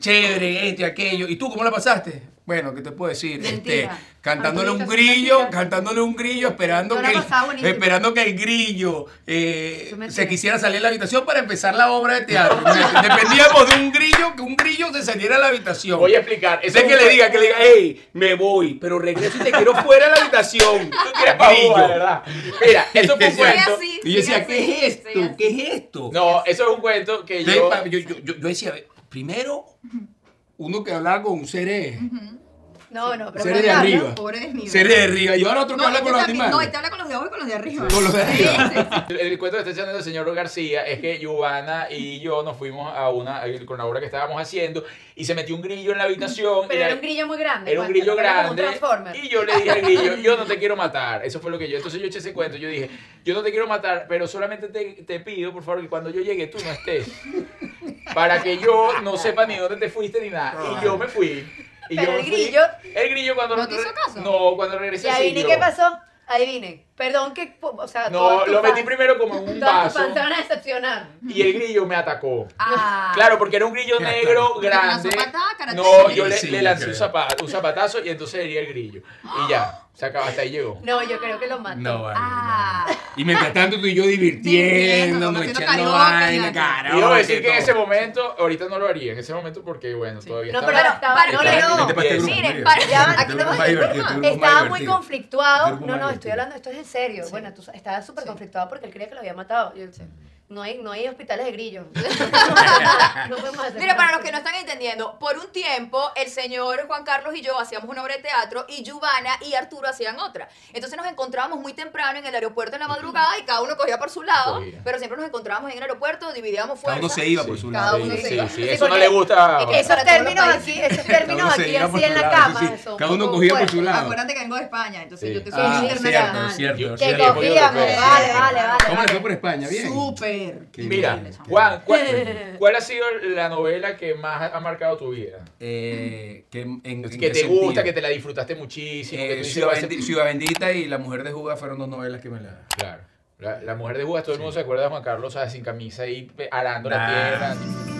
E: Chévere, esto y aquello. ¿Y tú cómo la pasaste? Bueno, ¿qué te puedo decir? Este,
D: Mentira.
E: cantándole un
D: Arturito, es
E: grillo,
D: mentira.
E: cantándole un grillo, esperando
D: Yo la
E: que,
D: pasaba
E: el,
D: buenísimo.
E: esperando que el grillo eh,
D: Eso es mentira.
E: se quisiera salir de la habitación para empezar la obra de teatro. Dependíamos de un grillo, que un grillo se saliera de la habitación.
A: Voy a explicar.
E: Ese
A: es
E: que
A: un-
E: le diga, que le diga, hey, me voy, pero regreso y te quiero fuera de la habitación. Tú
A: Mira, pavo, de verdad. Mira, eso fue un
E: Sí,
A: cuento.
C: así.
E: Y yo decía,
C: Sí,
E: ¿qué es
C: sí,
E: esto?
C: sí.
E: ¿Qué es esto?
A: No, eso es un cuento que
E: Entonces,
A: yo.
E: pa- yo, yo, yo- yo decía, primero, uno que hablaba con seres,
F: No, no, pero
E: seres de
F: bueno,
E: arriba.
C: Pobre de mí.
E: Seres de arriba. Y ahora otro que
C: No,
E: habla
C: este
E: con los
C: también- no,
E: animales.
C: este habla con los de abajo y con los de arriba.
E: Con los de arriba.
C: Sí, sí, sí.
A: El, el cuento que está echando el señor García es que Giovanna y yo nos fuimos a una con la obra que estábamos haciendo y se metió un grillo en la habitación. y
F: Pero
A: la-
F: era un grillo muy grande.
A: era un
F: Juan,
A: grillo
F: era como un
A: grande.
F: Transformer.
A: y yo le dije al grillo, yo no te quiero matar. Eso fue lo que yo. Entonces yo eché ese cuento. Yo dije, yo no te quiero matar, pero solamente te, te pido, por favor, que cuando yo llegue tú no estés. Para que yo no sepa ni dónde te fuiste ni nada. Y yo me fui. Y
F: Pero
A: yo
F: el
A: me fui.
F: grillo-
A: El grillo cuando.
C: ¿No te hizo caso?
A: No, cuando regresé.
F: Y adivinen
A: sí,
F: qué
A: yo-
F: pasó. Adivinen. Perdón que. O sea,
A: No,
F: todas tus
A: lo metí
F: fans-
A: primero como en un
F: Todas tus
A: vaso.
F: fans te van a decepcionar.
A: Y el grillo me atacó.
C: Ah.
A: Claro, porque era un grillo
E: Ya
A: negro
C: Pero
A: grande.
C: lanzó patada, karate.
A: No, yo
E: Sí,
A: le,
E: sí,
A: le lancé un,
E: creo.
A: zapa- un zapatazo y entonces hería el grillo. Y ya, se acabó, hasta ahí llegó.
F: No, yo creo que lo mató.
E: No, vale.
C: Ah.
E: Y mientras tanto tú y yo
C: Divirtiéndonos,
E: divirtiéndonos,
C: haciendo
E: echando
C: karaoke,
E: vaina,
C: nada.
E: cara.
A: Y debo decir que en ese momento, ahorita no lo haría, en ese momento porque, bueno, todavía
F: No,
A: estaba-
F: pero estaba.
C: para-
F: no,
C: para-
F: no, no.
E: Vete para este grupo,
C: Miren,
E: mira.
C: para-
F: Ya va,
E: Este
F: aquí
E: grupo
F: estamos
E: más
F: en el
E: divertido, este grupo más
F: Estaba muy
E: divertido. Este
F: conflictuado.
E: grupo
F: No,
E: más
F: no, estoy
E: divertido.
F: hablando, esto es en serio.
C: Sí.
F: Bueno, tú estaba súper
C: Sí.
F: conflictuado porque él creía que lo había matado. Yo, no, hay, no hay hospitales de grillos. no podemos hacer
C: Mira,
F: nada.
C: para los que no están entendiendo, por un tiempo el señor Juan Carlos y yo hacíamos una obra de teatro y Giovanna y Arturo hacían otra. Entonces nos encontrábamos muy temprano en el aeropuerto en la madrugada y cada uno cogía por su lado,
A: Cogía.
C: pero siempre nos encontrábamos en el aeropuerto, dividíamos
E: Cada
C: fuerzas.
E: uno se iba por su
C: Cada
E: lado.
C: uno
A: Sí,
C: se
A: pues, sí,
C: iba.
A: sí,
F: Sí,
A: eso no
F: porque-
A: le gusta.
F: Es que esos
C: Para todos los
F: términos aquí,
C: países.
F: esos términos
E: Cada uno se
F: aquí,
E: iba por
F: así en
E: su
F: la
E: lado,
F: cama.
E: sí, sí.
F: son
E: Cada
F: un
E: uno
F: poco
E: cogía por
F: fuertes.
E: su lado.
C: Acuérdate que vengo de España, entonces
A: Sí.
C: yo te soy
E: Ah,
C: internacional.
E: cierto, cierto,
A: Yo-
F: Que pues.
E: cierto.
F: cogíamos,
A: Sí.
F: vale, vale, vale.
E: ¿Cómo le fue
F: vale.
E: por España? Bien.
C: Súper.
E: Qué
A: Mira,
E: bien.
A: Juan, ¿cuál, cuál ha sido la novela que más ha marcado tu vida?
E: Eh, que en- en
A: Que
E: qué
A: te gusta,
E: sentido?
A: que te la disfrutaste muchísimo. que tú
E: Eh,
A: dices,
E: Ciudad,
A: "Va a ser-".
E: Bendi- Ciudad Bendita y La Mujer de Judas fueron dos novelas que me la...
A: Claro. La, la mujer de Judas, todo el mundo se acuerda de Juan Carlos ¿sabes? sin camisa ahí pe- arando la
E: Nah.
A: tierra. así.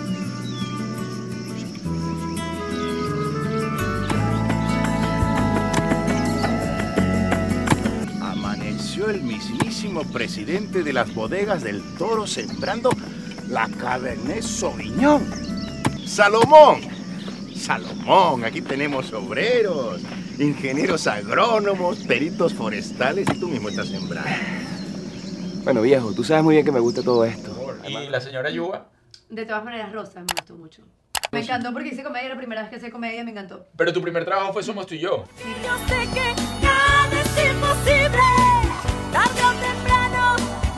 G: Amaneció el mismísimo presidente de las bodegas del Toro sembrando la Cabernet Sauvignon. Salomón. Salomón, aquí tenemos obreros, ingenieros agrónomos, peritos forestales y tú mismo estás sembrando.
H: Bueno, viejo, tú sabes muy bien que me gusta todo esto.
A: Y la señora Yuba.
D: De todas maneras, Rosa me gustó mucho. Me encantó porque hice comedia, la primera vez que hice comedia me encantó.
A: Pero tu primer trabajo fue Somos tú y yo.
I: Yo sé que nada es imposible, tarde o temprano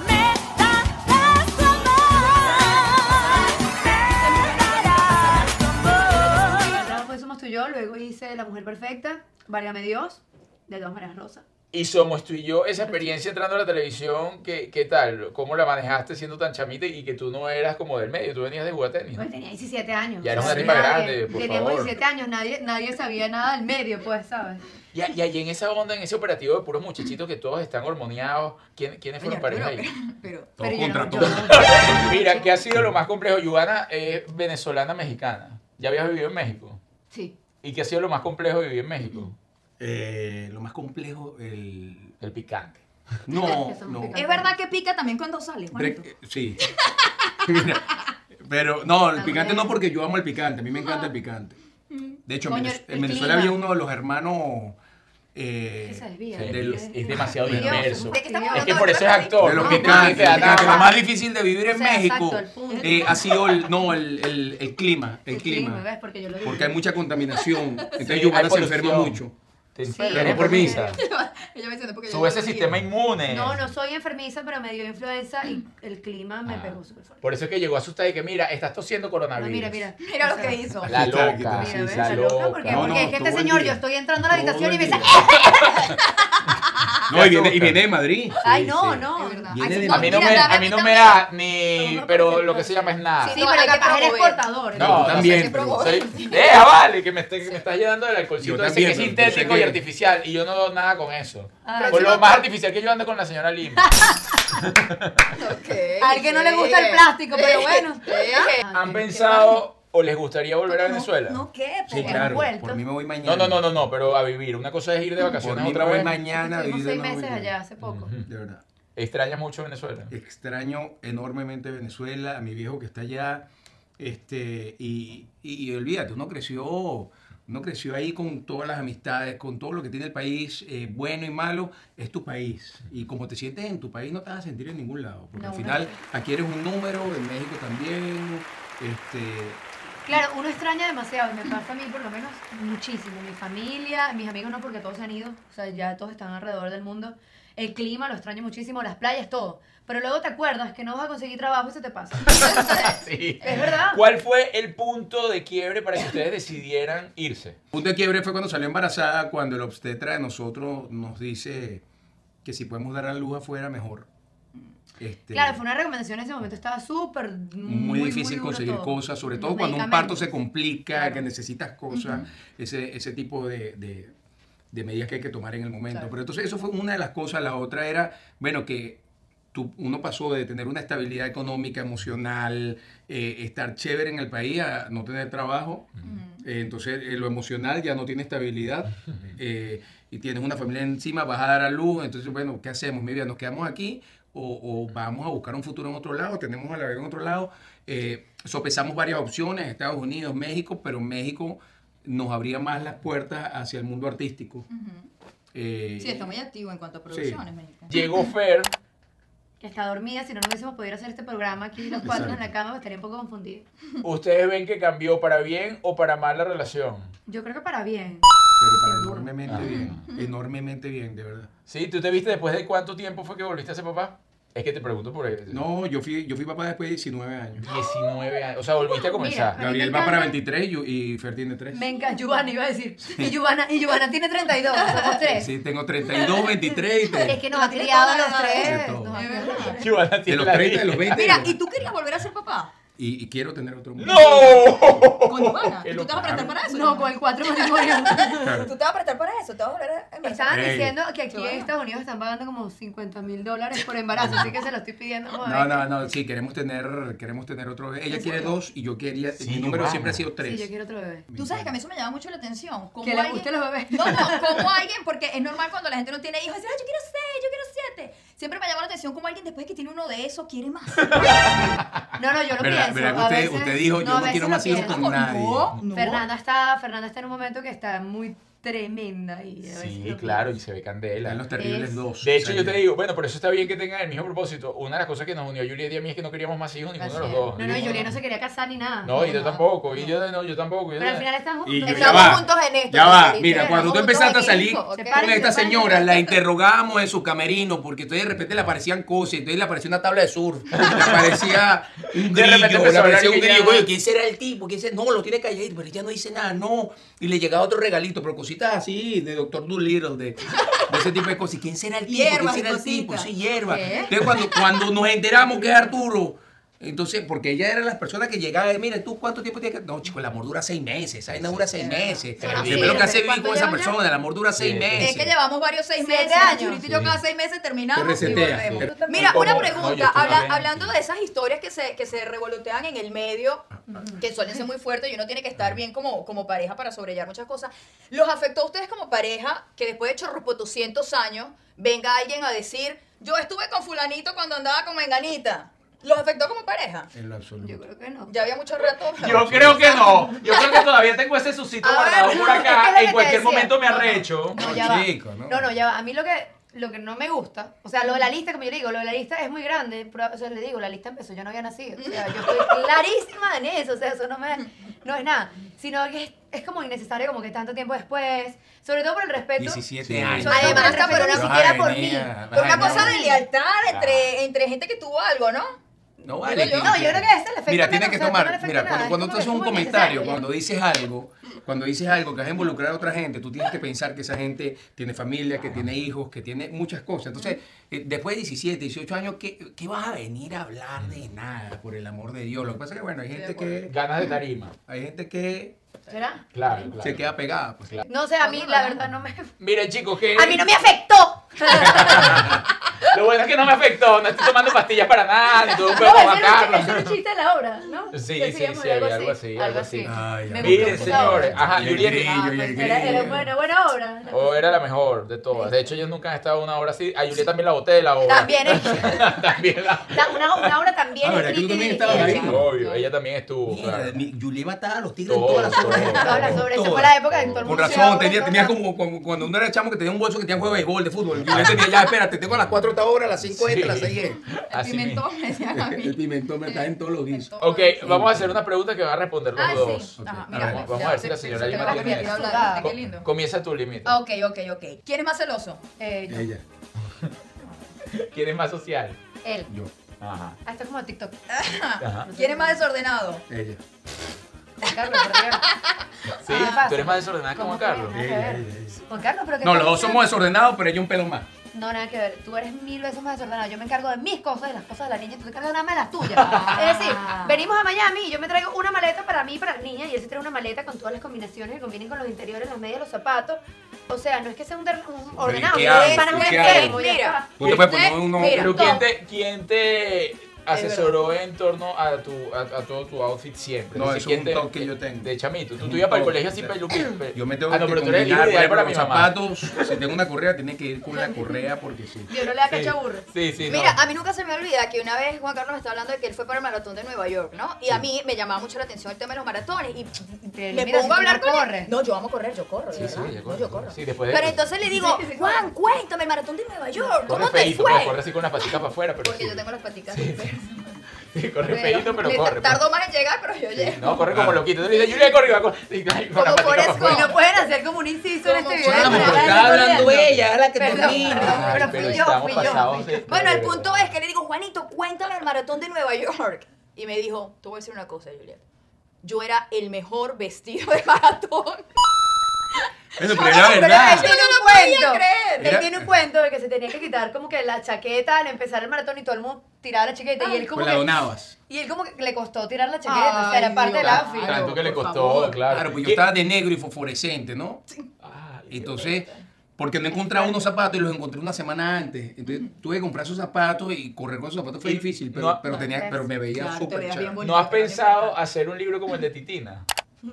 I: me darás tu amor, me darás tu amor.
D: El trabajo de Somos tú y yo, luego hice La Mujer Perfecta, Válgame Dios, de todas maneras, Rosa.
A: Y Somos tú y yo, esa experiencia entrando a la televisión, ¿qué, qué tal? ¿Cómo la manejaste siendo tan chamita y que tú no eras como del medio? Tú venías de jugar tenis. ¿no?
D: Pues tenía 17 años.
A: Ya era
D: no
A: una
D: sabía
A: tipa
D: nadie.
A: grande, por
D: Teníamos
A: favor.
D: 17 años, nadie, nadie sabía nada del medio, pues, ¿sabes?
A: Y, y ahí en esa onda, en ese operativo de puros muchachitos que todos están hormoneados, ¿quién- ¿quiénes
C: Oye,
A: fueron pareja
C: Arturo,
A: ahí?
C: pero,
E: Todo
D: yo
E: contra
D: no-
E: todo.
A: Mira, ¿qué ha sido lo más complejo? Yuana es venezolana mexicana. Ya habías vivido en México.
D: Sí.
A: ¿Y qué ha sido lo más complejo de vivir en México?
E: Eh, lo más complejo, el...
A: El picante.
E: No,
D: Que son
E: no.
D: picantes.
C: Es verdad que pica también cuando sales, Juanito.
A: eh,
E: Bre- Sí. Mira, pero no,
D: Ah,
E: el picante no porque yo amo el picante, a mí me encanta el picante. De hecho, en
D: Mm. Coño,
E: Venez-
D: el
E: en Venezuela
D: clima.
E: había uno de los hermanos... eh,
D: Que se desvía.
A: Es,
E: de los-
A: es demasiado
E: Dios,
A: inmerso.
C: ¿De qué estamos
A: Es
C: hablando?
A: que por eso es actor.
E: De los
A: ¿no?
E: picantes,
A: Te da
E: el picante. Lo
A: trabajo.
E: más difícil de vivir en
D: O sea,
E: México
D: exacto, el punto.
E: eh, ha sido el, no, el, el- el clima, el,
D: El
E: clima.
D: clima, ¿ves? Porque yo lo
E: Porque hay mucha contaminación, entonces
A: Sí,
E: Giovanna
A: hay
E: se enferma
A: polución.
E: mucho.
A: Te
D: Sí,
A: enfermas.
E: pero por mí.
C: Ella me dice, no, porque yo
A: Sube ese
C: no lo
A: sistema
C: digo.
A: inmune.
D: No, no soy enfermiza, pero me dio influenza y el clima me
A: Ah.
D: pegó súper fuerte.
A: Por eso es que llegó asustada y que mira, estás tosiendo
D: No,
A: coronavirus.
D: mira, mira.
C: Mira lo que hizo.
A: La
E: Aquí
A: loca,
E: está, aquí está.
A: Ah, sí,
D: Mira, ves,
A: la
D: la loca, porque,
A: loca.
E: No,
D: porque
E: no,
D: es que este
E: todo el
D: señor,
E: día.
D: yo estoy entrando a la habitación y me dice,
E: No, y viene, y viene de Madrid.
D: ay,
A: Sí,
D: no,
A: sí.
D: no.
C: Es verdad.
E: Viene
C: Ay,
E: de-
C: sí,
A: A mí no
C: mira,
A: me da,
C: dame
A: a mí no
C: tú
A: me
C: también.
A: da ni, pero lo que se llama es nada.
C: Sí,
D: Sí, pero
C: hay
D: el
C: que
D: que paga es
C: promover.
D: exportador.
A: No,
E: No,
A: no,
E: tú
C: sí, pero-
E: también. pero-
A: Soy- deja, vale, que me, esté- que me estás llenando del alcoholcito ese
E: Yo
A: que
E: también,
A: es
E: pero yo sé
A: sintético y
E: que-
A: artificial. Y yo no doy nada con eso.
D: Ay.
A: Con lo más artificial que yo ando con la señora Lima.
D: Ah,
C: Ok,
D: Al que no le gusta el
C: sí.
D: plástico, pero bueno. Ah.
C: Sí.
A: ¿Han pensado o les gustaría volver a Venezuela?
D: No, ¿qué?
E: Sí,
D: Porque
E: claro.
D: hemos vuelto.
E: Por mí me voy
A: No,
E: mañana.
A: no, no, no, no, pero a vivir. Una cosa es ir de
E: Por
A: vacaciones
E: mí me
A: otra
E: voy
A: vez.
E: mañana.
D: Estuvimos
E: vida
D: seis
E: no me
D: meses
E: voy.
D: allá hace poco.
E: De verdad.
A: Extrañas mucho Venezuela.
E: Extraño enormemente Venezuela, a mi viejo que está allá. Este, y, y, y olvídate, uno creció, uno creció ahí con todas las amistades, con todo lo que tiene el país, eh, bueno y malo, es tu país. Y como te sientes en tu país, no te vas a sentir en ningún lado. Porque
D: No,
E: al
D: uno-
E: final, aquí eres un número, en México también. Este,
D: Claro, uno extraña demasiado, y me pasa a mí por lo menos muchísimo. Mi familia, mis amigos no, porque todos se han ido, o sea, ya todos están alrededor del mundo. El clima lo extraño muchísimo, las playas, todo. Pero luego te acuerdas que no vas a conseguir trabajo y se te pasa.
A: Sí.
D: es verdad.
A: ¿Cuál fue el punto de quiebre para que ustedes decidieran irse?
E: punto de quiebre fue cuando salió embarazada, cuando el obstetra de nosotros nos dice que si podemos dar a luz afuera, mejor. Este,
D: Mm. Claro, fue una recomendación en ese momento, estaba súper
E: muy, difícil
D: duro
E: conseguir
D: todo.
E: cosas, sobre
D: Los
E: todo cuando un parto se
D: medicamentos.
E: complica,
D: Claro.
E: que necesitas cosas, ese, ese tipo de, de- de medidas que hay que tomar en el momento. Pero entonces eso fue una de las cosas. La otra era, bueno, que tú- uno pasó de tener una estabilidad económica, emocional, eh, estar chévere en el país a no tener trabajo. Eh, entonces eh, lo emocional ya no tiene estabilidad eh, y tienes una familia encima, vas a dar a luz. Entonces, bueno, ¿qué hacemos? Mi vida, ¿nos quedamos aquí o, o vamos a buscar un futuro en otro lado? ¿Tenemos a la vez en otro lado? Eh, sopesamos varias opciones, Estados Unidos, México, pero México nos abría más las puertas hacia el mundo artístico. Eh,
C: Sí, está muy activo en cuanto a producciones, marica.
A: Llegó Fer,
D: Que está dormida, si no, no hubiésemos podido hacer este programa aquí los cuatro en
E: Exacto.
D: la cama, pues, estaría un poco confundida.
A: ¿ustedes ven que cambió para bien o para mal la relación?
D: Yo creo que para bien.
E: Pero para
D: Sin duda.
E: enormemente bien, enormemente bien, de verdad.
A: ¿Sí? ¿Tú te viste después de cuánto tiempo fue que volviste a ser papá? Es que te pregunto por eso.
E: No, yo fui, yo fui papá después de 19 años.
A: 19 años. O sea, volviste a comenzar.
D: Mira.
E: Gabriel
D: me
E: va para
D: encanta.
E: 23 y, yo- y Fer tiene 3.
D: Me encanta, Giovanna iba a decir. Y Giovanna, y Giovanna tiene 32, somos tres.
E: Sí, tengo 32, 23 y
D: Es
E: 3.
D: que nos
C: La
D: ha
C: tiene
D: criado a
C: toda la
D: los
C: edad.
E: De
D: tres.
E: todo.
D: nos ha
C: Es
D: criado.
C: verdad.
A: Sí, van a
E: De
A: tirar
E: los
A: la
E: 30, de los
A: lista.
E: 20.
C: Mira, ¿y tú querías volver a ser papá?
E: Y, y quiero tener otro.
A: ¡No!
C: Con Ivana.
A: Qué
C: ¿Tú te vas a
A: locura.
C: prestar para eso?
D: No, con el 4 matrimonio.
C: ¿Tú te vas a prestar para eso? ¿Te vas a volver a embarazar?
D: Estaban
E: Ey.
D: diciendo que aquí en
C: Giovanna.
D: Estados Unidos están pagando como 50 mil dólares por embarazo, así que se lo estoy pidiendo. Vamos a
E: No,
D: ver.
E: no, no, sí, queremos tener, queremos tener otro bebé. Ella quiere dos y yo quería,
A: Sí,
E: mi número
A: vamos.
E: siempre ha sido
D: Sí,
E: tres.
D: yo quiero otro bebé.
C: Tú sabes que a mí eso me llama mucho la atención. ¿Cómo
D: Que le
C: alguien-
D: gusten los bebés.
C: No, no, como alguien, porque es normal cuando la gente no tiene hijos, decir, "Ay, yo quiero seis, yo quiero siete. Siempre me llama la atención como alguien después que tiene uno de esos quiere más.
D: No, no, yo lo
E: ¿Verdad-
D: pienso.
E: verdad que
D: a
E: Ah, usted-
D: veces-
E: usted dijo, yo
D: a
E: no
D: veces
E: quiero
D: lo
E: más hijos
D: pienso.
E: con nadie.
C: No, no.
D: Fernanda está, Fernanda está en un momento que está muy tremenda y a veces
A: Sí,
D: lo
A: claro, y
D: pienso.
A: se ve
E: Están
A: candela.
E: los terribles
D: Es-
E: dos.
A: De hecho,
E: O sea,
A: yo te digo, bueno, por eso está bien que tengan el mismo propósito. Una de las cosas que nos unió a Juliet y a mí es que no queríamos más hijos ninguno de los
C: Así es.
A: dos.
D: No, no, y Julia no se quería casar ni nada.
A: No, y yo tampoco, y yo no, yo tampoco. yo
D: Pero al
A: no.
D: final están
E: Y
D: juntos.
E: yo-
C: Estamos
E: ya va,
C: juntos en esto.
E: Ya va,
C: Margarita,
E: mira, cuando tú
C: estamos juntos
E: empezaste a
C: en
E: salir
C: equipo, ¿ok?
E: con esta
D: sepárense.
E: señora, la interrogamos en su camerino, porque entonces de repente le aparecían cosas, entonces le apareció una tabla de surf, le aparecía un
A: De repente
E: grillo, le
A: empezó a hablar
E: aparecía un
A: que ya-
E: grillo, oye, ¿quién será el tipo? ¿Quién será? No, lo tiene calladito, pero ella no dice nada, no. Y le llegaba otro regalito, pero cositas así, de Doctor Dolittle, de, de ese tipo de cosas. ¿Y quién será el tipo? ¿Quién
C: Hierbas y
E: será el
C: cositas.
E: tipo? Sí, hierba.
D: ¿Qué?
E: Entonces cuando, cuando nos enteramos que es Arturo... Entonces, porque ella era la persona que llegaba y mira, ¿tú cuánto tiempo tienes que...? No, chico, el amor dura seis meses, esa vaina dura seis meses.
A: Pero sí,
E: Primero que
D: pero
E: hace vivir
D: ¿cuánto
E: con esa
D: llevan ya?
E: persona, el amor dura seis
A: Sí,
E: meses.
C: Es que llevamos varios seis
D: Siete
C: meses.
D: años.
C: Churito y yo cada seis meses terminamos.
E: Te resetea.
C: y volvemos.
E: Sí.
C: Mira,
A: Como-
C: una
A: no, yo
C: pregunta.
A: estoy
C: habla-
A: bien.
C: hablando de esas historias que se, que se revolotean en el medio, que suelen ser muy fuertes y uno tiene que estar bien como, como pareja para sobrellevar muchas cosas. ¿Los afectó a ustedes como pareja que después de chorropo 200 años venga alguien a decir, yo estuve con fulanito cuando andaba con menganita? ¿Los afectó como pareja?
E: En lo absoluto.
D: Yo creo que no.
C: Ya había mucho rato.
A: Yo creo que no. Yo creo que todavía tengo ese suscito
D: A ver,
A: guardado por
D: es que es lo
A: acá.
D: que
A: En
D: te
A: cualquier
D: decía.
A: momento me
D: No, no.
A: arrecho.
D: No,
E: No,
D: ya va.
E: chico, no.
D: no. no, ya va. A mí lo que, lo que no me gusta, o sea, lo de la lista, como yo le digo, lo de la lista es muy grande. pero, o sea, le digo, la lista empezó, yo no había nacido. O sea, yo estoy clarísima en eso, o sea, eso no, me, no es nada. Sino que es, es como innecesario, como que tanto tiempo después, sobre todo por el respeto.
E: 17
A: Sí.
E: años.
D: Sobre todo por el
C: Además,
D: respeto,
C: pero
D: ni
C: no-
D: siquiera por
E: Ay,
D: mí.
E: mía,
C: Por una
E: Ay,
C: cosa
E: no.
C: de lealtad entre, entre gente que tuvo algo, ¿no?
E: No vale.
C: Digo yo.
E: tiene
D: No, yo creo que ese le afecta
E: Mira,
D: menos,
E: tienes que
D: o sea, no le
E: tomar.
D: afecta
E: Mira,
D: nada, es
E: cuando, cuando tú
D: como
E: haces
D: que
E: un
D: es muy
E: comentario,
D: necesario.
E: cuando dices algo, cuando dices algo que vas a involucrar a otra gente, tú tienes que pensar que esa gente tiene familia, que tiene hijos, que tiene muchas cosas. Entonces, eh, después de 17, 18 años, ¿qué, qué vas a venir a hablar de nada, por el amor de Dios? Lo que pasa es que, bueno, hay gente que,
A: Ganas de tarima.
E: hay gente que
D: ¿Será?
A: Claro, claro.
E: se queda pegada. Pues.
D: No sé, a mí la verdad no me...
C: Ah,
A: Mira, chicos, que.
D: A mí no me afectó.
A: Lo bueno es que no me afectó, no estoy tomando pastillas para nada, ni tuve un pedo
D: No,
A: con
D: ese
A: Juan
D: era un-
A: Carlos.
D: ese era un chiste de la obra, ¿no?
A: Sí,
D: Que se
A: sí,
D: llama
A: sí, había algo así, algo así.
E: Ay,
D: Me
E: amigo.
D: gustó
A: Miren,
D: mucho la obra.
A: señores, ajá,
E: Y el
A: Julieta.
E: grillo, y el
D: Era, era
E: grillo.
D: buena, buena obra.
A: O era la mejor de todas. De hecho, ellos nunca han estado en una obra así. A Julieta también la boté de la obra.
C: También es.
A: también la.
D: Da- Una, una obra también
E: Ah, ¿verdad que tú
D: escrita y
E: también
D: dirigida.
E: estabas ahí?
A: Obvio, ella también estuvo.
E: Mierda,
A: claro.
E: mi- Juliet mataba a los tigres en
A: Todo,
E: todas las obras.
A: todo,
D: Todas las
E: Todas.
D: obras. Esa fue la época en que todo el
E: Con
D: mundo se
E: razón,
D: obra,
E: tenía,
D: todo.
E: tenía como, como cuando uno era chamo que tenía un bolso que tenía juego de béisbol, de fútbol. Juliet tenía ya, espérate, tengo a las 4 esta hora, a las 5 esta, a las 6
A: Así mismo.
C: Pimentón, me decían a mí.
E: El pimentón me está en todos los guisos.
A: Ok, vamos a hacer una pregunta que van a responder los
C: Ah,
A: dos.
C: sí. Ajá,
E: Ok,
C: mira,
E: a ver.
A: Vamos a ver si la señora Lima tiene
C: tiene
A: eso.
C: Qué lindo.
A: Co- Comienza tu límite.
C: Ah, Ok, ok, ok. ¿Quién es más celoso?
D: Eh, yo.
E: Ella,
A: ¿Quién es más social?
D: Él.
E: yo,
A: Ajá.
D: Ah, esto es como TikTok.
E: Ah.
A: Ajá.
C: ¿Quién es más desordenado?
E: ella.
D: Carlos, por Dios.
A: Sí, tú eres más desordenada que Juan Carlos.
D: Nada que ver. Juan Carlos, pero que
E: No, los dos somos desordenados, pero ella un pelo más.
D: No, nada que ver. Tú eres mil veces más desordenado. Yo me encargo de mis cosas, de las cosas de la niña, y tú te encargas nada más de las tuyas. es decir,
E: Ah.
D: venimos a Miami y yo me traigo una maleta para mí y para la niña, y él se trae una maleta con todas las combinaciones que combinen con los interiores, las medias, los zapatos. O sea, no es que sea un, der- un ordenado,
E: qué
D: es
E: hago?
D: para
E: ¿Y
D: un
E: qué
D: enfermo.
C: hago?
D: ya
C: Mira.
D: está.
E: Tú te puedes poner
C: Usted,
E: uno.
C: mira,
A: Pero
C: todo.
A: ¿quién te, quién te asesoró en torno a tu a, a todo tu outfit siempre?
E: No,
A: Es decir,
E: eso es
A: ¿quién
E: un
A: te-
E: toque que yo tengo.
A: De chamito. Tú,
E: un
A: tú ibas para el
E: toque,
A: colegio así
E: o sea,
A: peluquín. pe-
E: Yo me tengo
A: Ah, no,
E: que
A: pero tú eres
E: combinar, por
A: ideal
E: ejemplo,
A: para mi
E: los
A: mamá.
E: zapatos. Si tengo una correa, tiene que ir con la correa porque sí.
D: Yo no le da
A: Sí.
D: cachaburro.
A: Sí, sí, no.
C: Mira, a mí nunca se me olvida que una vez Juan Carlos me estaba hablando de que él fue para el maratón de Nueva York, ¿no? Y a mí me llamaba mucho la atención el tema de los maratones y
D: Pero mira,
C: me
D: si
C: pongo a
D: tú no
C: hablar con
D: corres.
C: él. No, yo vamos a correr, yo corro, de
A: Sí, sí,
C: verdad.
A: yo
C: No,
A: corro,
C: yo corro.
A: sí, después de-
C: Pero entonces le digo, Juan, cuéntame el maratón de Nueva York,
A: Corre
C: ¿cómo te
A: feíto, pero corre
C: fue?
A: así con las patitas para afuera, pero
C: Porque
A: sí.
C: yo tengo las paticas.
A: Sí, corre feíto, pero
C: Me
A: corre.
C: Tardo más en llegar, pero yo
A: pues. Sí,
C: llego.
A: No, corre como loquito. Entonces dice, Julia, corre y va con, y va con las
C: Como
A: patitas para
C: Forrest
A: afuera.
C: Gump.
D: No pueden hacer como un inciso en
C: Como
D: este video.
C: chamo,
D: para
C: porque
D: darle
C: estaba
D: corriendo.
E: la que
D: Perdón, perdón, pero
A: Ay,
D: fui yo,
A: estamos
D: fui yo.
A: pasados de-
C: Bueno, el
A: de
C: punto
A: verdad.
C: es que le digo, Juanito, cuéntame el maratón de Nueva York. Y me dijo, te voy a decir una cosa, Juliet. Yo era el mejor vestido de maratón.
E: Eso, pero era
D: Pero él
E: verdad.
D: tiene
C: Yo no
D: un
C: lo podía
D: cuento.
C: creer.
E: Mira.
D: Él tiene un cuento de que se tenía que quitar como que la chaqueta al empezar el maratón y todo el mundo tiraba la chaqueta y él como
E: Pues la
D: que,
E: donabas.
D: y él como que le costó tirar la chaqueta, o sea,
C: Ay,
D: era parte del
C: Dios.
D: outfit.
A: Tanto que le
J: por
A: costó,
J: favor.
A: claro.
E: Claro, pues yo
A: ¿Qué-
E: estaba de negro y fosforescente, ¿no?
A: Ay,
E: Entonces, porque no encontraba unos zapatos y los encontré una semana antes. Entonces tuve que comprar esos zapatos y correr con esos zapatos fue
A: Y
E: difícil, pero,
A: no-
E: pero, tenía, pero me veía
J: Claro, te
E: súper
J: veías bien
E: chévere.
J: bonito.
A: ¿No has pensado hacer un libro como el de Titina?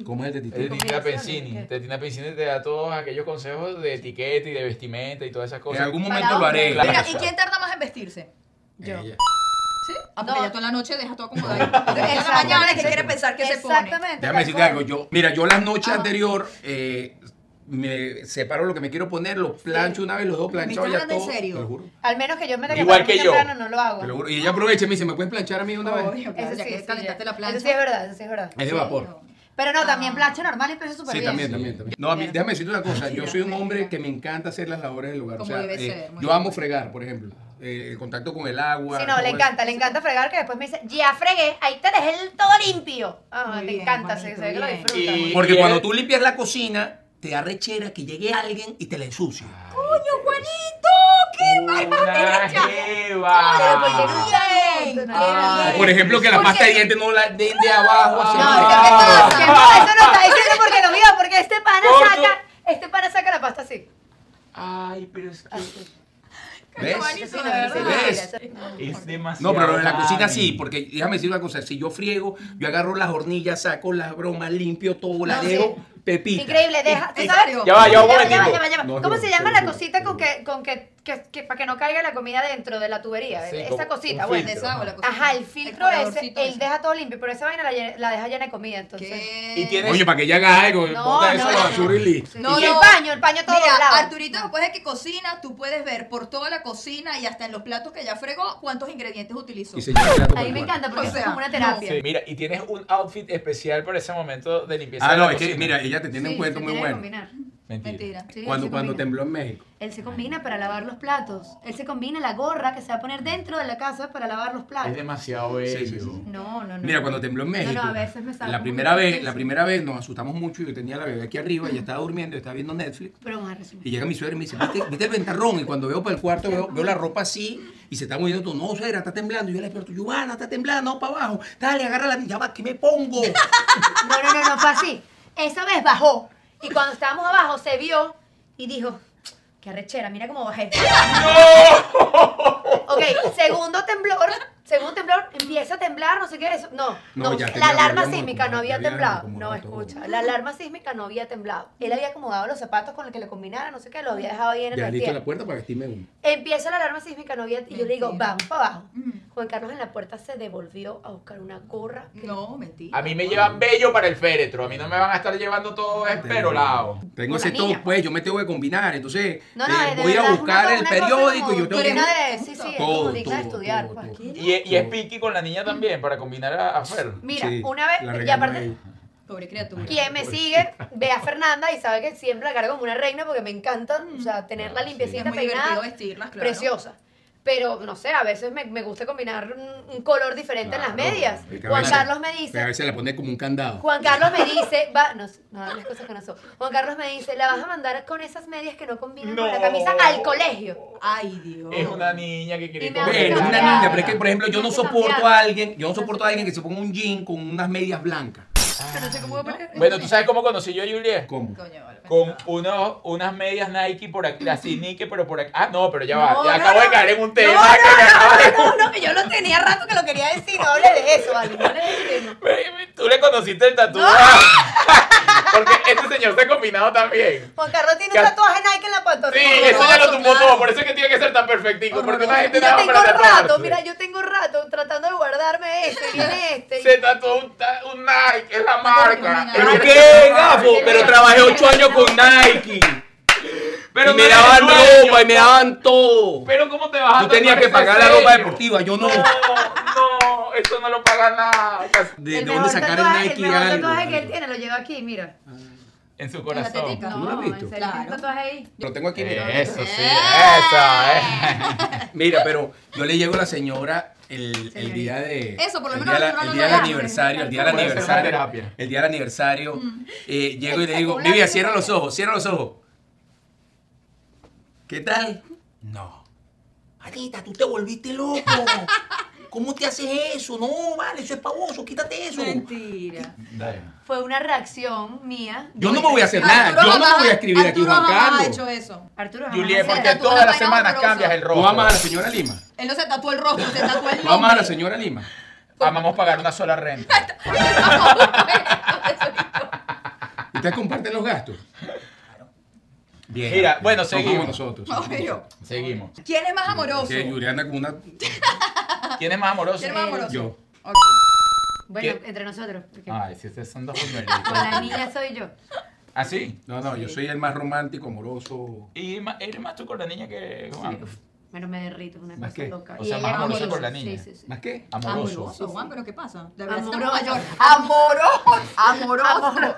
E: ¿Cómo es el de
A: El de
E: Titito?
A: Titina
D: Combinaciones,
A: Pensini.
D: ¿qué?
A: Titina Pensini te da todos aquellos consejos de etiqueta y de vestimenta y todas esas
E: En
A: cosas.
E: algún
D: Para
E: momento lo haré.
A: hombre.
C: Mira,
A: Claro.
C: ¿y quién tarda más en vestirse?
D: Yo.
E: Ella.
C: ¿Sí? Ah, porque
D: No.
C: ya tú en la noche deja todo acomodado. Entonces, en la
D: Exacto.
C: mañana es que quiere pensar que se pone.
D: Exactamente.
E: Déjame
D: tal
E: decirte
D: cual.
E: algo. Yo, mira, yo la noche anterior eh, me separo lo que me quiero poner, lo plancho una vez, los dos planchados
C: estás
E: ya
C: hablando
E: todo.
C: en serio?
E: Te lo juro.
D: Al menos que yo me tenga
A: Igual
D: parar muy
A: que yo.
D: temprano, no lo hago.
E: Te lo juro. Y ella aprovecha y me dice, ¿me puedes planchar a mí una vez?
C: Obvio, claro,
D: Eso
C: ya
D: sí,
C: que
D: sí,
C: calentaste
D: ya.
C: la plancha. Ah.
D: Eso sí es verdad, eso sí es verdad.
E: Es de vapor.
D: Pero no, también plancha normal y plancha súper
E: Sí,
D: bien.
E: también, también, también. No, a mí, déjame decirte una cosa. Yo soy un hombre que me encanta hacer las labores del hogar. O
C: Como
E: sea,
C: debe
E: eh,
C: ser, muy
E: yo
C: bien.
E: amo fregar, por ejemplo. Eh, el contacto con el agua.
D: Sí, no, le
E: todo
D: encanta, le encanta fregar que después me dice, ya fregué, ahí te dejé el todo limpio. Ah,
C: Muy
D: te
C: bien,
D: encanta, se,
C: Juanito,
D: se ve que lo
C: bien.
D: disfruta.
A: Y-
E: eso. Porque
A: él-
E: cuando tú limpias la cocina, te da rechera que llegue alguien y te la ensucia.
A: ¡Coño,
C: ¡Juanito! ¡Qué
A: ¡Una
C: maravilla!
D: Pero ¿por qué no
A: jeva!
D: sabes?
C: Bien.
A: Ah.
E: O, por ejemplo, que la
C: Porque-
E: pasta de dientes no la den de abajo hacia
D: No,
E: arriba.
A: Ah.
D: lo que pasa es que no, eso no está diciendo porque lo vio, porque este pana
A: Por tu-
D: saca, este pana saca la pasta así.
A: Ay, pero es que
E: ¿Ves?
C: Juanito, de verdad.
E: ¿Ves?
A: es demasiado.
E: No, pero lo de la cocina sí,
A: Ay.
E: porque déjame decir una cosa, si yo friego, yo agarro las hornillas, saco las bromas, limpio todo, la
D: No,
E: dejo pepita.
D: Increíble, deja, ¿tú
C: ¿En
D: sabes?
C: serio?
A: Ya va, ya va, un
D: Llama, llama,
A: momentico.
D: llama, llama.
E: No,
D: ¿Cómo
E: no,
D: se
E: pero-
D: llama la cosita con que, con que, que, que- para que no caiga la comida dentro de la tubería?
A: Sí, como
D: esa
A: un
D: cosita,
A: filtro.
D: bueno.
C: Desagua la cosa.
D: Ajá, el filtro
C: El
D: ese,
C: coladorcito
D: él
C: ese.
D: deja todo limpio, pero esa vaina la, lle- la deja llena de comida, entonces.
C: ¿Qué?
A: Y tiene-
E: Oye, para que ella haga algo,
D: No,
E: bota eso
D: no,
E: a la
D: no,
E: basura y listo.
C: No,
D: y el
C: no.
D: baño, el baño todo
C: Mira,
D: doblado.
C: Arturito, después de que cocina, tú puedes ver por toda la cocina y hasta en los platos que ya fregó cuántos ingredientes utilizó.
E: Y se lleva el plato
D: A mí
E: para
D: me
E: el
D: encanta porque
C: O
D: es
C: sea,
D: como una terapia.
A: Sí, mira, y tienes un outfit especial para ese momento de
E: cuarto.
A: limpieza.
E: Ah,
A: de
E: no,
A: la
E: es que
A: cocina.
E: mira, ella te tiene un cuento muy bueno.
A: Mentira.
C: Mentira.
D: Sí,
E: Cuando,
D: se
E: cuando
D: combina.
E: tembló en México.
D: Él se combina para lavar los platos. Él se combina la gorra que se va a poner dentro de la casa para lavar los
A: Es
D: platos.
A: demasiado bello.
E: Sí, sí, sí.
D: No, no, no.
E: Mira, cuando tembló en México.
D: Mm. No, no, a veces me sale
E: la
D: como
E: primera
D: un
E: vez,
D: piso.
E: la primera vez nos asustamos mucho. Yo tenía la bebé aquí arriba,
D: Mm.
E: ella estaba durmiendo, yo estaba viendo Netflix.
D: Pero vamos a resumir.
E: Y llega mi suegra y me dice, ¿viste, viste el ventarrón? Y cuando veo para el cuarto, veo, veo la ropa así y se está moviendo todo. No, suegra, está temblando. Y yo le despierto, Giovanna, está temblando, vamos para abajo. Dale, agarra la ya va, ¿qué me pongo?
D: No, no, no, no fue así. Esa vez bajó. Y cuando estábamos abajo, se vio y dijo, Qué arrechera, mira cómo bajé. Ok, segundo temblor, segundo temblor, empieza a temblar, no sé qué eso. No,
E: No,
D: no,
E: ya tenía-
D: la alarma
E: había
D: sísmica no
E: acumulado,
D: había
E: ya había
D: temblado. No,
E: acumulado todo.
D: escucha, la alarma sísmica no había temblado. Él había acomodado los zapatos con los que le combinara, no sé qué, lo había dejado ahí en el
E: Ya listo
D: vestido.
E: la puerta para vestirme uno.
D: Empieza la alarma sísmica, no había... Y yo le digo,
C: Mentira.
D: vamos para abajo.
C: Mm.
D: Juan Carlos en la puerta se devolvió a buscar una gorra.
C: No, mentira.
A: A mí me llevan bello para el féretro. A mí no me van a estar llevando todo esperolado.
E: Tengo
D: Una
E: ese
D: niña.
E: top, pues yo me tengo que combinar. Entonces,
D: No, no,
E: eh,
D: es de
E: voy
D: verdad, es
E: a
D: una
E: buscar
D: cosa-
E: el
D: una cosa
E: periódico
D: como
E: y yo tengo que.
D: digna de- sí, sí, es como
E: Todo,
D: digna de
E: todo,
D: estudiar.
E: todo,
D: pues.
E: todo.
A: Y, y es piqui con la niña también, para combinar a, a Fer.
D: Mira,
E: Sí,
D: una
E: la Pues
D: vez, y
E: regañó
D: aparte,
E: ahí.
C: Pobre criatura.
D: Quien me sigue ve a Fernanda y sabe que siempre la cargo como una reina porque me encanta, o sea,
E: Ah,
D: tenerla
C: Mm. Es
D: limpiecita,
C: muy divertido
D: peinada,
C: vestirlas, claro.
D: preciosa. Pero, no sé, a veces me, me gusta combinar un, un color diferente en las
E: Claro,
D: medias.
E: es que a
D: Juan
E: veces-
D: Carlos me
E: pero A
D: dice,
E: veces la pone como un candado.
D: Juan Carlos me dice, va, no, sé, no hagan las cosas que no son. Juan Carlos me dice, la vas a mandar con esas medias que no combinan con la
A: No.
D: camisa al colegio.
C: Ay, Dios.
A: Es una niña que quiere
D: Y me
A: comer.
E: Bueno, es una
D: cambiar.
E: niña, pero es que, por ejemplo, yo no
D: Tienes que
E: soporto a
D: cambiar.
E: alguien, yo no soporto a alguien que se ponga un jean con unas medias blancas.
C: Pero no sé cómo voy a poner.
A: Bueno, ¿tú sabes cómo conocí yo a Juliet?
E: ¿Cómo?
C: Coño, vale. pues
A: Con unos, unas medias Nike por aquí, así Nike, pero por aquí. Ah, no, pero ya
D: No,
A: va. Ya
D: no,
A: acabo
D: no.
A: de caer en un
D: No,
A: tema.
D: no,
A: que me acabo de-
D: no, no, no, que yo lo tenía rato que lo quería decir, no hable de eso, vale, no hable de ese tema.
A: Baby, Tú le conociste el tatuaje. Porque este señor se ha combinado también.
D: Juan Carlos tiene
A: Que-
D: un tatuaje Nike en la
A: Sí,
D: pantorrilla.
A: eso ya lo
C: Horroroso,
A: tumbó
C: claro.
A: todo. Por eso es que tiene que ser tan perfectico. Porque la gente
D: Yo
A: nada más
D: tengo
A: para
D: rato,
A: tatuarse.
D: mira, yo tengo rato tratando de guardarme este, viene este.
A: Se tatuó un, ta- un Nike, es la marca.
C: Pero
A: Él
C: qué
A: viene-
D: gafo, pero trabajé ocho años con
E: Nike.
A: Pero no
E: me
A: eres
E: daban
A: dueño.
E: ropa y me daban todo.
A: Pero ¿cómo te vas a
E: Tú tenías
A: tatuar
E: que
A: ese
E: pagar la
A: sello?
E: ropa deportiva, yo no.
A: No, no, eso no lo paga nada.
E: ¿De, de
D: el
E: dónde
D: mejor
E: sacar el
D: tatuaje,
E: Nike?
D: el mejor
E: algo?
D: tatuaje que él tiene lo lleva aquí, mira.
A: En su
C: En la
A: corazón.
C: tetica.
E: Ah, ¿Tú lo has visto?
D: en Eh. serio, tiene un
C: Claro.
D: tatuaje ahí.
E: Lo tengo aquí, mira.
A: Eso sí, eso, eh.
E: Mira, pero yo le llego a la señora el, el día de.
C: Eso, por lo
E: el
C: menos
E: día de la-
C: uno no
E: el
C: lo
E: día del
C: hace.
E: aniversario, el día del
A: Puede ser una
E: aniversario.
A: terapia.
E: El día del aniversario.
C: Mm.
E: eh, llego y le digo,
D: Una
E: Vivi,
D: terapia.
E: cierra los ojos, cierra los ojos. ¿Qué tal? No. Anita, tú te volviste loco. ¿Cómo te haces eso? No, vale, eso es pavoso, quítate eso.
C: Mentira.
D: Fue una reacción mía.
E: Yo no me voy a hacer nada,
C: Arturo
E: yo no me
C: jamás-
E: voy a escribir aquí,
C: Arturo
E: Juan
C: jamás ha
E: Carlos.
C: hecho eso.
D: Arturo, jamás
A: Juliet,
D: se
A: ¿por qué
D: tatuó.
C: tatúa
A: todas
C: la
A: las semanas
C: vaina
A: cambias el
E: ¿Tú amas a la
A: rostro?
E: señora Lima?
C: Él no se tatuó el rostro, se tatuó el
E: ¿Tú amas a la
C: nombre.
E: señora Lima?
A: Amamos pagar una sola renta.
E: ¿Y ¿Ustedes comparten los gastos? Bien.
A: Mira, bueno,
E: Nos amamos
A: seguimos.
E: nosotros.
C: Obvio.
A: Seguimos.
C: ¿Quién es más amoroso?
E: Que Juliana con una...
A: ¿Quién es más amoroso?
C: ¿Quién es más amoroso?
E: Yo.
C: Ok.
D: Bueno,
A: ¿Qué?
D: entre nosotros. Porque
E: Ah,
A: Ay, si ustedes son dos
D: con
A: buñuelitos.
D: la niña soy yo.
A: ¿Ah, sí?
E: No, no, yo soy el más romántico, amoroso.
A: Y ma- eres más tú con la niña que con ambos.
D: Bueno, me derrito, es una
E: ¿Más
D: cosa
E: qué?
D: loca.
A: O sea,
D: Y
A: más
D: ella
A: amoroso
D: conmigo.
A: por la niña.
D: Sí, sí, sí.
E: ¿Más qué?
A: Amoroso.
C: Amoroso, Juan, pero ¿qué pasa? De verdad, estamos
D: Amoroso.
C: mayores.
D: Amoroso.
C: Amoroso.
D: Amoroso.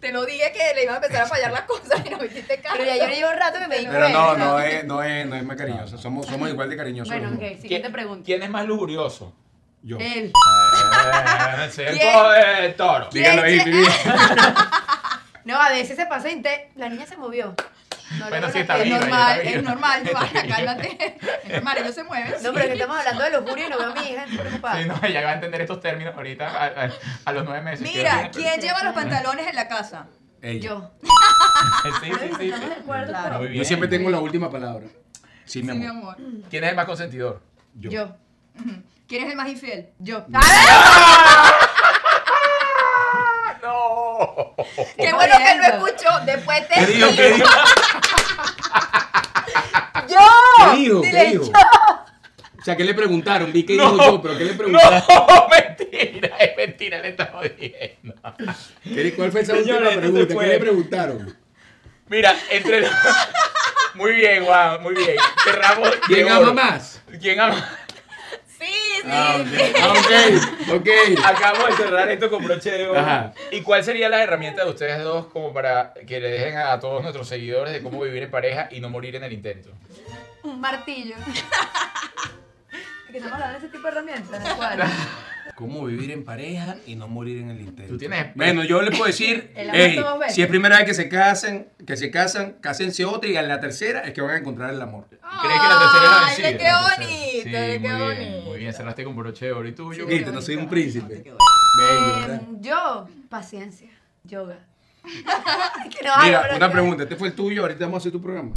C: Te lo dije que le iban a empezar a fallar las cosas y no me hiciste caso.
D: Pero ya yo le llevo un rato que me di
E: Pero no,
D: cuenta.
A: eh.
E: no es, no es, no es más cariñoso. Somos, somos igual de cariñosos.
D: Bueno,
E: los dos.
D: ok, siguiente
A: ¿Qui-
D: pregunta.
A: ¿Quién es más lujurioso?
E: Yo.
D: Él.
A: Eh, Circo de toro.
E: Díganlo ahí, Vivi.
D: No, a veces se pasa inte... La niña se movió. No lo
A: Bueno, sí,
D: veo la
A: está
D: pena.
A: bien. viva,
C: Es normal,
A: está viva.
C: es normal, Joana, cálmate. Es normal, ellos se mueven.
D: No, pero que estamos hablando de lujuria y no veo a mi hija, este estoy preocupada.
A: Sí, no, ella va a entender estos términos ahorita a, a- a los nueve meses.
C: Mira,
A: ¿quién?
C: ¿quién lleva los pantalones en la casa?
E: Ey, yo.
D: Yo.
A: Sí, sí, sí.
D: Estamos de
A: sí.
D: acuerdo,
C: Claro.
D: pero-
A: Muy bien.
E: siempre tengo la última palabra. Sí, mi
C: Sí, mi
E: amor.
C: amor.
A: ¿Quién es el más consentidor?
E: Yo.
D: Yo.
C: Ujú. ¿Quién es el más infiel? Yo. ¡Ah!
A: Ah, No.
C: Qué bueno que lo escuchó. Después te.
E: ¿Qué dijo? ¿Qué dijo?
D: ¡Yo!
E: ¿Qué dijo? ¿Qué
D: Dile
E: dijo? O sea, ¿qué le preguntaron? Vi que
A: No.
E: dijo yo, pero ¿qué le preguntaron?
A: No, mentira, es mentira, le estamos diciendo.
E: ¿Qué- ¿Cuál fue esa
A: Señora,
E: última
A: esto se
E: pregunta? ¿Qué
A: fue.
E: le preguntaron?
A: Mira, entre los... Muy bien, Juan, muy bien. Cerramos. de
E: ¿Quién
A: oro.
E: ama más?
A: ¿Quién ama?
C: Sí,
E: Ah,
C: sí.
E: ok, Ah, ok. ok.
A: Acabo de cerrar esto con broche de oro.
E: Ajá.
A: ¿Y cuál sería la herramienta de ustedes dos como para que le dejen a todos nuestros seguidores de cómo vivir en pareja y no morir en el intento?
D: Un martillo. Que estamos hablando de ese tipo de herramientas. ¿Cuál?
E: ¿Cómo vivir en pareja y no morir en el intento?
A: Tú tienes-
E: Bueno, yo les puedo decir,
D: El amor
E: ey,
D: todos ven.
E: si es primera vez que se casan, que se casan, cásense otra y en la tercera es que van a encontrar el amor.
A: ¿Crees que la tercera es la
C: Ay,
A: vencida?
C: le
A: La
C: quedó
A: tercera.
C: bonito,
A: Sí,
C: le quedó
A: muy bien,
C: bonito.
A: muy bien. Cerraste con broche de oro y tuyo.
E: Viste, no soy un príncipe.
D: Eh,
E: Bello, ¿verdad?
D: yo. Paciencia. Yoga. Que no hay,
E: Mira,
D: pero-
E: una pregunta. Este fue el tuyo, ahorita vamos a hacer tu programa.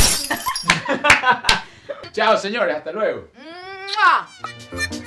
A: Chao, señores, hasta luego.
C: ¡Mua!